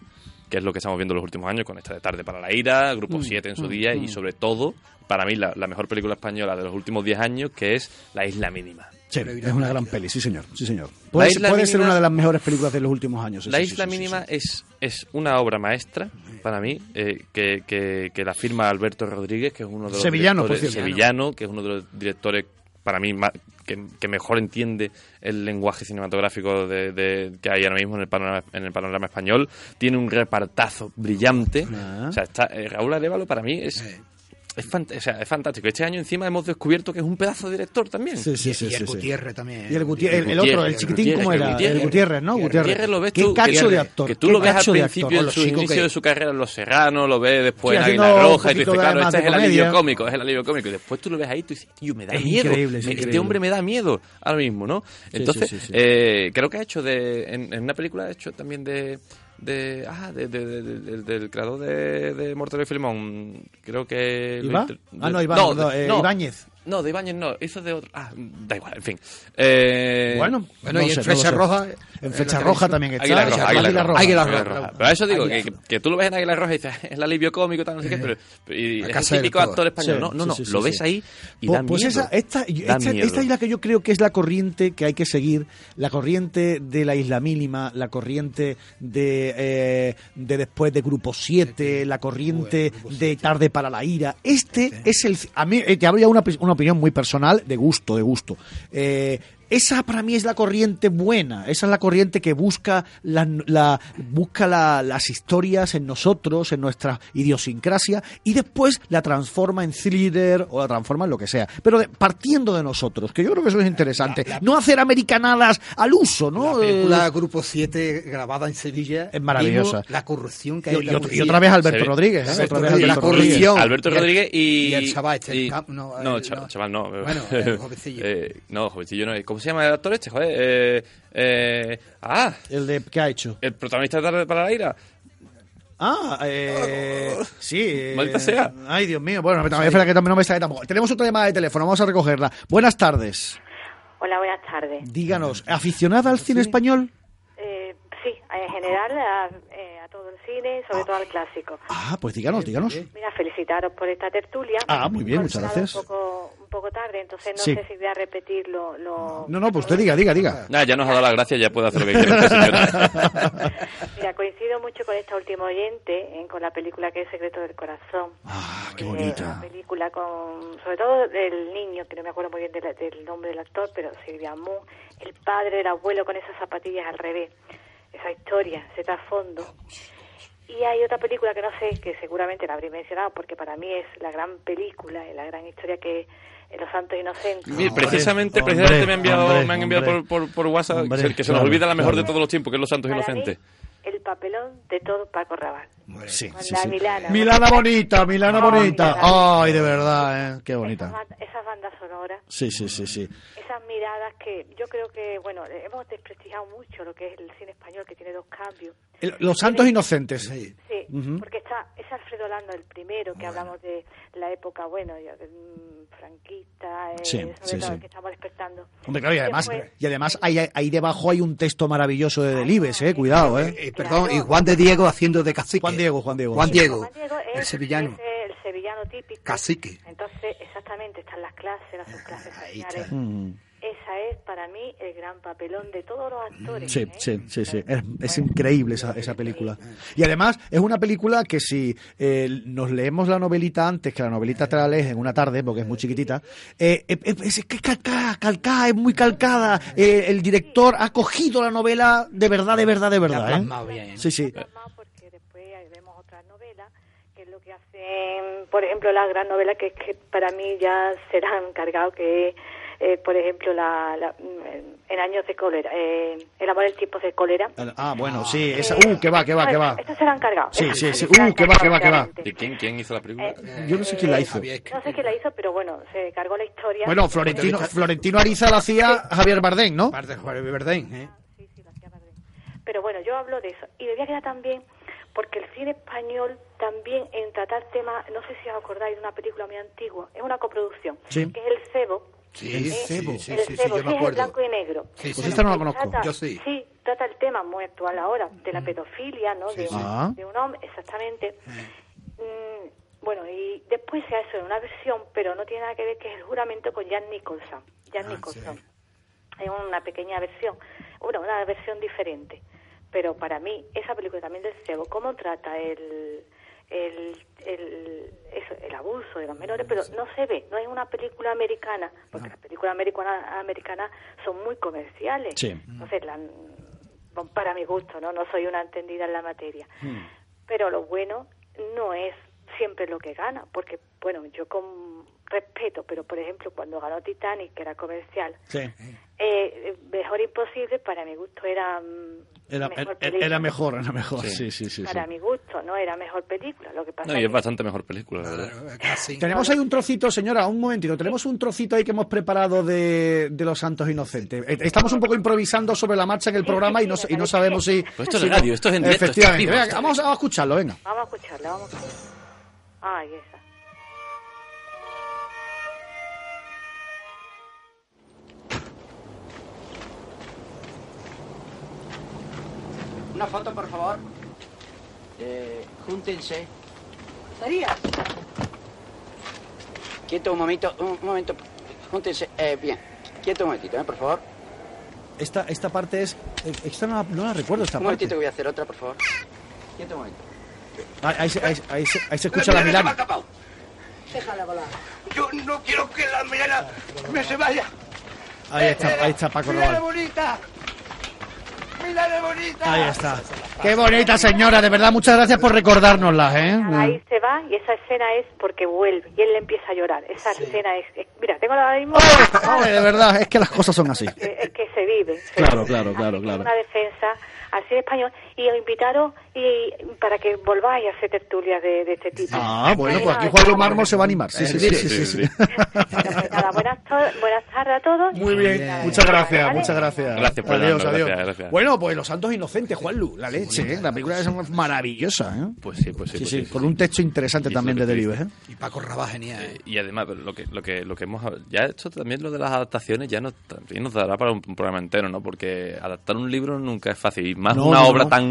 que es lo que estamos viendo en los últimos años con esta de Tarde para la Ira, Mm, Grupo 7 en su día y, sobre todo, para mí, la, la mejor película española de los últimos 10 años, que es La Isla Mínima. Sí, es una gran Eh, peli, sí señor, sí señor. Puede, Isla puede ser Mínima- una de las mejores películas de los últimos años. sí, La sí, Isla sí, sí, Mínima sí. Es, es una obra maestra para mí eh, que, que- que la firma Alberto Rodríguez, que es uno de los Sevillano, por directores, cierto. sevillano, que es uno de los directores para mí ma- que, que mejor entiende el lenguaje cinematográfico de, de- que hay ahora mismo en el panorama en el panorama español. Tiene un repartazo brillante. Ah. O sea, está, eh, Raúl Arevalo para mí es es, fant- o sea, es fantástico. Este año encima hemos descubierto que es un pedazo de director también. Sí, sí, Y, sí, y el sí, sí. Gutiérrez también. Y el, Guti- el- el otro, el chiquitín, Gutiérrez, ¿cómo era? Gutiérrez. el Gutiérrez, ¿no? Gutiérrez. Gutiérrez. Gutiérrez lo ves Qué tú, cacho que, de actor. que tú qué lo ves al cacho de principio actor. en los su chicos inicio que- de su carrera en Los Serranos, lo ves después en Estoy Águila haciendo un Roja, y tú poquito dices, de claro, más este de es el alivio comedia. cómico, es el alivio cómico, y después tú lo ves ahí y tú dices, tío, me da Es miedo, increíble, es Me- este increíble. hombre me da miedo ahora mismo, ¿no? Entonces, sí, sí. eh, creo que ha hecho de, en, en una película ha hecho también de... De, ah, de, de- de- de- del- del creador de, de Mortadelo y Filemón, creo que... lo ¿Iba? inter- Ah, no, Iván, no, no, de- eh, no. Ibáñez. No, de Ibáñez no, hizo de otro... Ah, da igual, en fin. Eh, Bueno, Bueno, no y sé, en no Flecha lo sé. Roja. eh, En Flecha Roja también está. Águila Roja, Águila Roja. Águila Águila Roja. Roja. Pero eso digo, Águila. que, que tú lo ves en Águila Roja y dices, es el alivio cómico, tal, no sé qué, pero, pero- y La es el casa del típico todo. actor español. Sí, no, no, sí, no, sí, sí, lo sí. ves ahí y Po- da pues miedo. esa, esta, yo- Da esta, miedo. esta es la que yo creo que es la corriente que hay que seguir, la corriente de la isla mínima, la corriente de, eh, de después de Grupo 7, la corriente de Tarde para la Ira. Este es el... A mí, eh, te habría una, pi- una opinión muy personal, de gusto, de gusto. Eh, esa para mí es la corriente buena, esa es la corriente que busca, la- la- busca la- las historias en nosotros, en nuestra idiosincrasia, y después la transforma en thriller o la transforma en lo que sea. Pero de- partiendo de nosotros, que yo creo que eso es interesante. no hacer americanadas al uso, La ¿no? película Eh, Grupo 7 grabada en Sevilla. Es maravillosa. vimos La corrupción y, que hay en y la otra- y policía. otra vez Alberto Se ve- Rodríguez, ¿eh? Alberto Otra vez Rodríguez, la Alberto Rodríguez. corrupción. Alberto Y el- Rodríguez y... y el chaval este, el y- cap- no, el- no, cha- no. chaval no. [LAUGHS] Bueno, el jovencillo. Eh, no, jovencillo no. ¿Cómo se llama el actor este, joder? Eh, eh, ah, El de ¿qué ha hecho? el protagonista de Tarde para la Ira. Ah, eh, sí. eh, Maldita sea. Ay, Dios mío. Bueno, espera, espera, que también no me sale tampoco. Tenemos otra llamada de teléfono, vamos a recogerla. Buenas tardes. Hola, buenas tardes. Díganos, ¿aficionada al cine español? Eh, sí, en general a, eh, a todo el cine, sobre todo al clásico. Ah, pues díganos, díganos. Mira, felicitaros por esta tertulia. Ah, muy bien, muchas Porque he llegado gracias. Un poco, un poco tarde, entonces no Sí. sé si voy a repetir lo... lo- No, no, pues usted diga, diga, diga. Nada, ya nos ha dado las gracias, ya puede hacer lo que quiera. este esta señora. Mira, coincido mucho con esta última oyente, eh, con la película que es Secreto del Corazón. Ah, qué Eh, Una bonita. película con, sobre todo del niño, que no me acuerdo muy bien de la- del nombre del actor, pero Silvia Mu, el padre, el abuelo con esas zapatillas al revés, esa historia, ese trasfondo. Y hay otra película que no sé, que seguramente la habré mencionado, porque para mí es la gran película, eh, la gran historia que es Los Santos Inocentes. Mira, precisamente, hombre, precisamente me, han enviado, hombre, me han enviado hombre. por, por, por WhatsApp Hombre, que se- que se nos claro, olvida la mejor claro. de todos los tiempos, que es Los Santos Para mí, Inocentes. el papelón de todo Paco Rabanne. Sí, Con sí, la sí. Milana. Milana bonita, Milana Ay, bonita. Milana. Ay, de verdad, eh, qué Esas, bonita. ban- esas bandas sonoras. Sí, sí, sí, sí. esas miradas que yo creo que, bueno, hemos desprestigiado mucho lo que es el cine español, que tiene dos cambios. El- Los Santos Inocentes. Sí. Sí, Ujú. porque está es Alfredo Lando el primero, que hablamos de la época, bueno, ya, mm, franquista, eh, Sí, sobre sí, todo sí. que estamos despertando. Hombre, claro, y además, Después- y además ahí, ahí debajo hay un texto maravilloso de Delibes, eh, cuidado, eh. Eh, perdón, y Juan de Diego haciendo de cacique. Juan Diego, Juan Diego. Juan Diego, Juan Diego el sevillano. es el sevillano típico. Cacique. Entonces, exactamente, están las clases, Eh, las subclases Ahí sociales. está. Mm. Esa es para mí el gran papelón de todos los actores. Sí, ¿eh? sí, sí, sí. Es, es increíble esa, esa película. Y además es una película que si eh, nos leemos la novelita antes, que la novelita te la lees en una tarde, porque es muy chiquitita, eh, es, es- es que es calcada, calcada, es muy calcada. Eh, el director ha cogido la novela de verdad, de verdad, de La ha verdad. plasmado ¿eh? bien. Sí, sí. Más porque después ahí vemos otra gran novela, que es lo que hacen, por ejemplo, la gran novela que, que para mí ya [LAUGHS] serán cargados, que eh, por ejemplo, la, la- mm, en años de cólera, eh, El amor en tiempos de cólera. Ah, Ah, bueno, sí. Esa, uh, que va, que va, que va. Estos serán cargados. Sí, Estos sí, sí. serán Uh, que va, que va, que va. cargados, ¿Y claramente. quién, quién hizo la película? Yo no sé quién la hizo. Javier, Eh, No sé quién la hizo, pero bueno, se cargó la historia. Bueno, Florentino, Florentino Ariza la hacía Javier Bardem, ¿no? parte de Juárez Verdén, ¿eh? Sí, sí, lo hacía Madrid. Pero bueno, yo hablo de eso. Y debía quedar también, porque el cine español también en tratar temas, no sé si os acordáis de una película muy antigua, es una coproducción, Sí. que es El Cebo. Sí, Eh, sí, sí, sí, el sí, Cebo, yo me es en acuerdo. blanco y negro. Sí, Pues sí. esta no la conozco. Trata- Yo sí. trata el tema muy actual ahora, de la pedofilia, ¿no? de, sí. un- Ah. de un hombre, exactamente. Mm, bueno, y después se hace una versión, pero no tiene nada que ver, que es el juramento con Jan Nicholson. Jan Ah, Nicholson. sí. Hay una pequeña versión, bueno, una versión diferente. Pero para mí, esa película también del cebo, cómo trata el, el, el, eso, el abuso de los menores, pero no se ve, no es una película americana, porque las películas americana- americanas son muy comerciales. Sí. Entonces, la- bueno, para mi gusto, ¿no? No soy una entendida en la materia. Pero lo bueno no es siempre lo que gana, porque, bueno, yo con respeto, pero por ejemplo, cuando ganó Titanic, que era comercial, Sí. eh, mejor imposible, para mi gusto era mm, Era, e-, mejor era- película. era mejor, era Ah, mejor. Sí, sí, sí. sí. Para mi gusto, ¿no? Era mejor película. Lo que pasa No, y es es que- bastante mejor película, la verdad. Claro, Casi. Tenemos ahí un trocito, señora, un momentito. Tenemos un trocito ahí que hemos preparado de, de Los Santos Inocentes. Eh, Estamos un poco improvisando sobre la marcha en el programa y no, y no sabemos si... Pues esto es si no- radio, esto es en directo, Efectivamente. esto es vivo, Venga, esto es- vamos, vamos a escucharlo, venga. Vamos a escucharla, vamos a escucharla. Ay, esa. Una foto, por favor. Eh, júntense. María. Quieto un momento, un momento. Júntense. Eh, bien. Quieto un momentito, eh, por favor. Esta, esta parte es... eh, Esta no la, no la recuerdo, esta Un momentito que parte. voy a hacer otra, por favor. Quieto un momento. Ahí, ahí se- ahí se- ahí se- ahí se escucha la Milana. Déjala volar. Yo no quiero que la melena me se vaya. Ahí está, ahí está Paco Milana Rabanne. bonita. Milana bonita. Ahí está. Qué bonita señora, de verdad, muchas gracias por recordárnoslas, Ahí ¿eh? se va y esa escena es porque vuelve y él le empieza a llorar. Esa escena es, es- Mira, tengo ahora [LAUGHS] mismo. Ay, de verdad, es que las cosas son así. Eh, es que se vive. se Claro, vive. claro, Así claro, que claro. Una defensa así en español y os invitaros y, para que volváis a hacer tertulias de, de este tipo. Ah, bueno, pues aquí Ahí va. Juan Mármol se va a animar. Sí, sí, sí, sí, sí, sí. Nada, buenas, to- buenas tardes a todos. Muy bien, muchas gracias, muchas gracias. Gracias por adiós, tanto, adiós. gracias, gracias. Bueno, pues Los Santos Inocentes, Juanlu, la leche, ¿eh? la película es maravillosa. ¿eh? Pues sí, pues sí. Sí, pues sí, sí. con un texto interesante Sí, también sí, de sí. Delibes. ¿eh? Y Paco Rabá, genial. ¿eh? Y además, pero lo que, lo que, lo que hemos hab- ya esto también lo de las adaptaciones ya nos, también nos dará para un, un programa entero, ¿no? Porque adaptar un libro nunca es fácil, y más No, una no, obra no. tan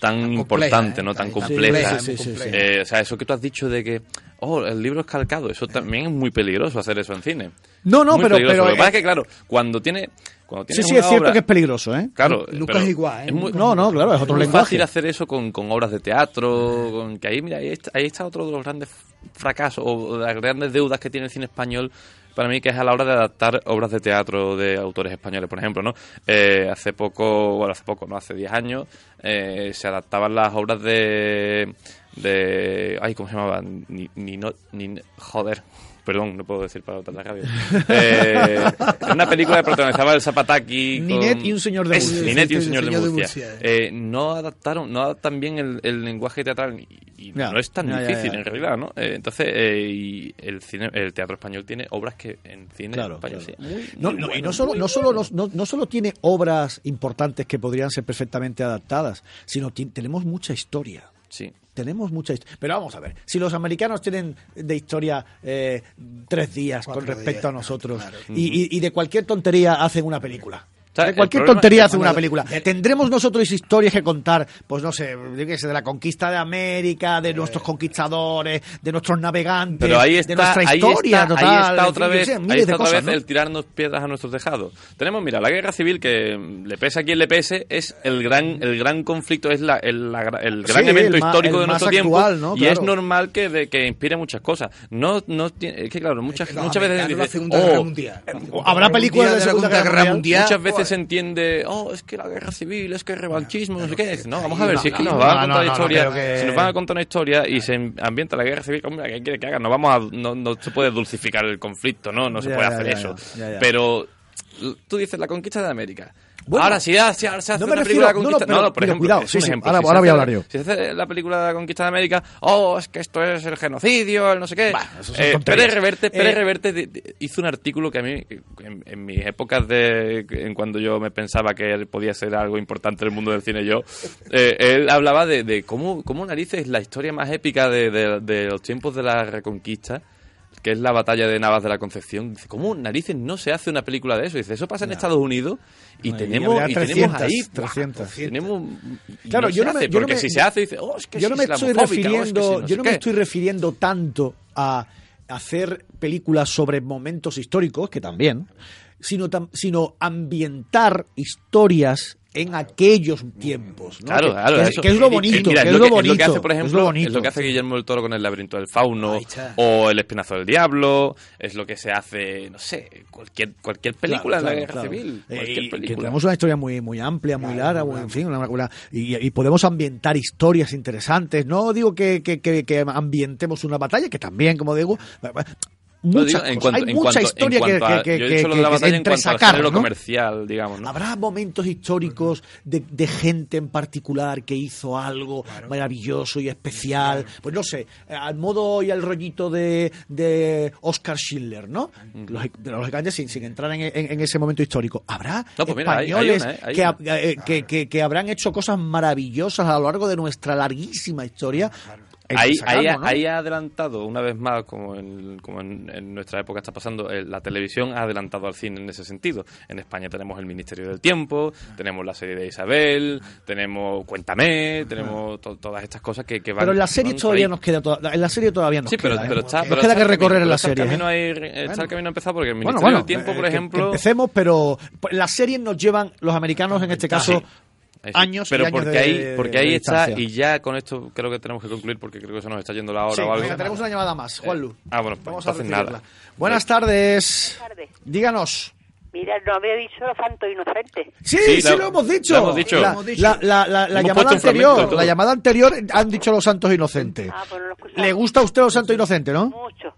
tan importante, ¿eh? ¿no? Tan Tan- tan compleja. compleja, Sí, sí, sí, sí. Eh, o sea, eso que tú has dicho de que, oh, el libro es calcado, eso también es muy peligroso hacer eso en cine. No, no, Muy pero- peligroso. pero, Lo que pasa eh, es que, claro, cuando tiene cuando Sí, tienes sí, es una cierto obra- que es peligroso, ¿eh? Claro, Lucas pero es igual, ¿eh? es muy- No, no, claro, es otro muy lenguaje. fácil hacer eso con, con obras de teatro, con, que ahí, mira, ahí está, ahí está otro de los grandes fracasos o de las grandes deudas que tiene el cine español para mí que es a la hora de adaptar obras de teatro de autores españoles, por ejemplo, ¿no? Eh, hace poco, bueno, hace poco, no, hace 10 años eh, se adaptaban las obras de de ay, ¿cómo se llamaba? Ni, ni no ni joder. Perdón, no puedo decir para la [LAUGHS] radio. Eh, era una película que protagonizaba el Zapataki. con- Ninet y un señor de Es Murcia. Ninet y un Sí, señor de señor de Murcia. Murcia, Eh, no adaptaron, no adaptan bien el, el lenguaje teatral y, y Ya, no es tan ya, ya, difícil ya. en realidad, ¿no? Eh, entonces, eh, y el cine, el teatro español tiene obras que en cine Claro, español claro. sí, muy, No, muy no, y bueno, no solo, muy no, solo, no, no- no solo tiene obras importantes que podrían ser perfectamente adaptadas, sino ti- tenemos mucha historia. sí. Tenemos mucha historia. Pero vamos a ver, si los americanos tienen de historia eh, tres días con Cuatro respecto días, a nosotros claro. y, y- y de cualquier tontería hacen una película. sea, de el cualquier problema- tontería hacen bueno, una película. Tendremos nosotros historias que contar, pues no sé, yo qué sé, de la conquista de América, Eh. de nuestros conquistadores, de nuestros navegantes, Pero ahí de está, nuestra ahí historia. está, total, ahí está en otra fin, yo vez, sé, ahí miles está de otra cosas, vez ¿no? el tirarnos piedras a nuestros tejados. Tenemos, mira, la guerra civil que mm, le pese a quien le pese es el gran el gran conflicto, es la, el, la gra- el Sí, gran evento el ma- histórico el de nuestro más actual, tiempo ¿no? y Claro. es normal que de- que inspire muchas cosas. No no ti- es que claro, muchas Los muchas veces americanos, la dicen, Segunda Guerra "Oh, Mundial. ¿Habrá películas de la Segunda Guerra Mundial? Muchas veces se entiende, oh, es que la guerra civil, es que el revanchismo, no sé qué. No, vamos a ver, no, si es que no, nos van a no, contar no, no, historia, creo que- si nos van a contar una historia y se ambienta la guerra civil, hombre, ¿qué quiere que haga? No vamos a, no, no se puede dulcificar el conflicto, no, no se Ya, puede ya, hacer ya, eso. ya, ya, ya. Pero l- tú dices la conquista de América. Bueno, ahora si hace, ahora se hace no me una refiero- película de no, no, conquista. pero- por mira, ejemplo, cuidado, es sí, un sí, ejemplo. ahora- Si ahora se voy a hace- hablar yo. Si se hace la película de la conquista de América, oh, es que esto es el genocidio, el no sé qué. eso son Eh, tonterías. Pérez Reverte, Pérez Eh, Reverte de- de- hizo un artículo que a mí, en, en mis épocas de. en cuando yo me pensaba que él podía ser algo importante en el mundo del cine, yo. eh, él hablaba de, de cómo, cómo narices la historia más épica de, de- de los tiempos de la reconquista que es la batalla de Navas de la Concepción. Dice, ¿cómo narices no se hace una película de eso? Dice, eso pasa en Estados Unidos y Ahí tenemos, habría y 300, tenemos ahí... ¡buah! 300. Tenemos, y Claro, no yo se no me- hace, yo no porque me- si se hace, dice, oh, es que yo es no me estoy islamofóbica, oh, es que si refiriendo, no sé yo no me qué". estoy refiriendo tanto a hacer películas sobre momentos históricos, que también, sino, tam- sino ambientar historias en aquellos tiempos. ¿no? Claro, que, claro, que es- eso. que es lo Y- y bonito, mira, que es lo que- bonito. que hace, por es lo ejemplo, bonito. es lo que hace Guillermo del Toro con el laberinto del fauno Ahí está. o el espinazo del diablo, es lo que se hace, no sé, cualquier cualquier película Claro, de la guerra claro, civil, claro. Eh, cualquier y- que película. tenemos una historia muy, muy amplia, muy larga, muy- en fin, una, una- y, y podemos ambientar historias interesantes. No digo que, que- que- que ambientemos una batalla, que también, como digo, Lo muchas digo, cosas. en cuanto, hay en mucha cuanto- en historia que, cuanto a- que- yo he que- dicho lo de que- la que batalla en cuanto al entresacar, género ¿no? comercial, digamos, ¿no? Habrá momentos históricos de, de gente en particular que hizo algo maravilloso y especial. Pues no sé, eh, al modo y al rollito de, de Oscar Schindler, ¿no? Lógic- pero Lógicamente sin, sin entrar en, en- en ese momento histórico. Habrá No, pues mira, hay- hay españoles una, ¿eh? Hay que, una. hab- eh, que- que- que habrán hecho cosas maravillosas a lo largo de nuestra larguísima historia. En Ahí, sacarlo, ahí- ¿no? ahí ha adelantado, una vez más, como, en, como en, en nuestra época está pasando, eh, la televisión ha adelantado al cine en ese sentido. En España tenemos El Ministerio del Tiempo, tenemos la serie de Isabel, tenemos Cuéntame, tenemos to- todas estas cosas que, que van. Pero en la van serie por todavía ahí. nos queda toda- en la serie todavía nos Sí, pero, queda, ¿eh? pero está. nos pero queda está que el recorrer camino, en la pero está serie. El ¿eh? camino, ahí, eh, está el camino empezado porque el Bueno, Ministerio bueno, del Tiempo, eh, por que- que ejemplo. empecemos, pero pues, las series nos llevan, los americanos en este caso, Ahí Ah, sí. años y Pero años porque de- ahí, porque ahí de está, distancia. y ya con esto creo que tenemos que concluir porque creo que se nos está yendo la hora Sí, o algo. venga, tenemos una llamada más, Juanlu. ah, bueno, pues Vamos a entonces recibirla. nada. Buenas tardes. tardes. Díganos. Mira, no había dicho e los santos inocentes. Sí, sí, Sí, la- lo hemos dicho. lo hemos dicho. La, Lo hemos la- la- la- la Hemos llamada puesto un fragmento anterior, de todo. la llamada anterior han dicho los santos inocentes. Ah, pues no lo escuchaba. ¿Le gusta a usted los santos inocentes, e no? Mucho.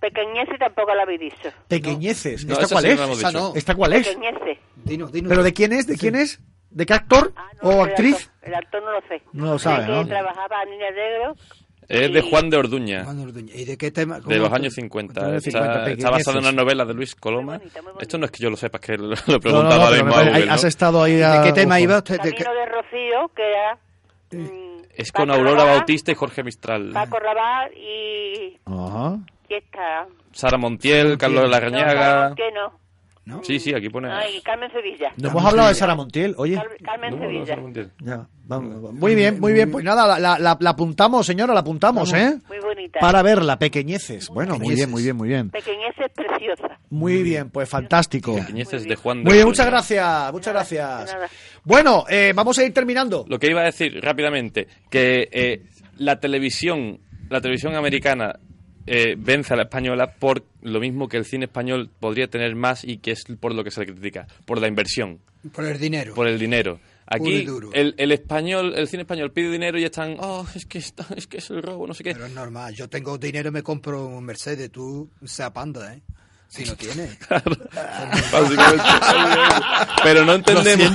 Pequeñece tampoco la habéis dicho. Pequeñeces. No, ¿Esta esa cuál sí no es? la hemos Esa dicho. no. ¿Esta cuál es? Pequeñece. Dinos, dinos. ¿Pero de quién es? ¿De quién es? ¿De qué actor Ah, no, o el actriz? actor- El actor no lo sé. No lo sabe, Sé que ¿no? trabajaba a Niña Negro. Es de y- Juan de Orduña, Juan Orduña, ¿Y de qué tema? de los ¿Cómo? años 50. Años Está, 50, está pequeñeces. basado en una novela de Luis Coloma. Muy bonita, muy bonita. Esto no es que yo lo sepa, es que lo he No, no, no, preguntado ahora pero me mismo a parece- Google, has ¿no? estado ahí ¿De a- qué tema ojo. iba usted? ¿De qué- Camino de Rocío, que era... mm, Es con Paco Aurora Rabá, Bautista y Jorge Mistral. Paco Rabá y... Ajá. y esta... Sara Montiel, Carlos de la no, Reñaga. ¿Por qué no? Sí, sí, aquí pone. Ay, Carmen Sevilla. No hemos hablado de Sara Montiel, oye. Car- Carmen No, no, Sevilla. Sara Montiel. Ya, vamos, vamos. Muy bien, muy bien. Pues nada, la, la- la- la apuntamos, señora, la apuntamos, ¿eh? Muy bonita. Para verla, pequeñeces. Bueno, muy bien, muy bien, muy bien. Pequeñeces preciosa. Muy bien, pues fantástico. Pequeñeces de Juan de Muy bien, Orduña. muchas gracias, muchas de gracias. nada. Bueno, eh, vamos a ir terminando. Lo que iba a decir rápidamente, que eh, la televisión, la televisión americana eh, vence a la española por lo mismo que el cine español podría tener más y que es por lo que se le critica, por la inversión, Por el dinero. por el dinero. Puro Aquí y duro. el, el español, el cine español pide dinero y ya están, oh, es que está- es que es el robo, no sé qué. Pero es normal. Yo tengo dinero, me compro un Mercedes. Tú, sea panda, ¿eh? Si [LAUGHS] no tienes. Básicamente, pero no entendemos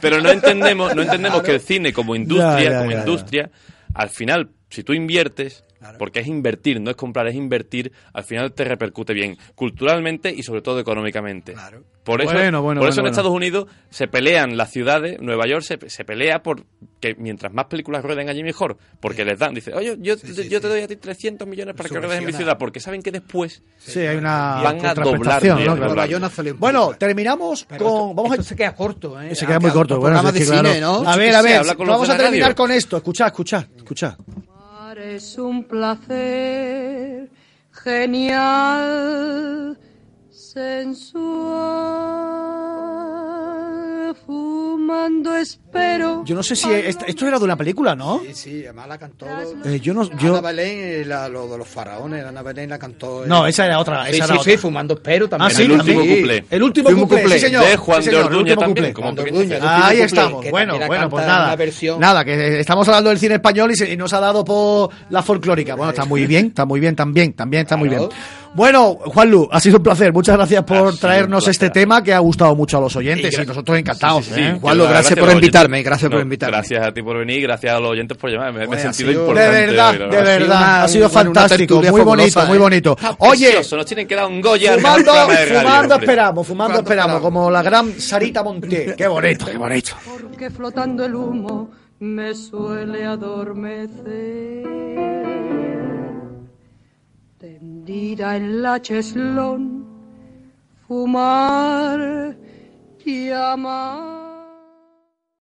pero no entendemos no entendemos que el cine como industria Ya, ya, como ya, ya. industria al final si tú inviertes porque es invertir no es comprar es invertir al final te repercute bien culturalmente y sobre todo económicamente Claro. por eso Bueno, bueno, por eso bueno, bueno. en Estados Unidos se pelean las ciudades Nueva York se, se pelea por que mientras más películas rueden allí mejor porque les dan dice oye yo, Sí, yo sí, te sí. doy a ti 300 millones para que ruedes en mi Subvenciona. ciudad porque saben que después Sí, hay una Van a contraprestación, doblar, ¿no? doblar. Claro. Nueva York no sale un Bueno, película. terminamos Pero con... esto- vamos a- esto se queda corto, ¿eh? Se queda muy corto. Bueno, Programa sí, de claro. cine, ¿no? A ver, a Sí, ver, habla con los vamos de a la terminar radio. con esto. Escuchad, escuchad, escuchad. Es un placer genial, sensual, fuman cuando espero. Yo no sé si est- esto era de una película, ¿no? Sí, sí, además la cantó. Eh, yo no, Ana yo, Belén, eh, la- lo de los faraones, Ana Belén la cantó. eh. no, esa era otra. Sí, esa sí, era sí, otra. fumando pero también. Ah, sí, el último también. cuplé. El último Último cuplé, cuplé sí, señor. de Juan sí, de señor, el Orduña último también. cuplé. Como Juan de tú bien Orduña, dices. el último Ahí cuplé, estamos. que Bueno, también bueno, canta pues una nada. versión- Nada, que eh, estamos hablando del cine español y, se- y nos ha dado por la folclórica. Bueno, está muy bien, está muy bien también, también está muy bien. Claro. Bueno, Juanlu, ha sido un placer. Muchas gracias Ha sido por un traernos placer. este tema que ha gustado mucho a los Y oyentes y, gra- nosotros encantados. Sí, ¿eh? que Juanlu, la- gracias por a los invitarme, oyentes. gracias por invitarme. Gracias a ti por venir, gracias a los oyentes por llamarme. Me, he Pues, ha sentido sido- De importante. verdad, hoy, la de verdad, Una- ha sido una fantástico, tertulia muy bonito, fabulosa, muy ¿eh? bonito. Está Oye, precioso, nos tienen que dar un Goya. fumando, en el programa de radio, fumando hombre. esperamos, fumando Fumando esperamos, esperamos. como la gran Sarita Monté. Qué bonito, qué bonito. Porque flotando el humo me suele adormecer. Tendida en la cheslón, fumar y amar.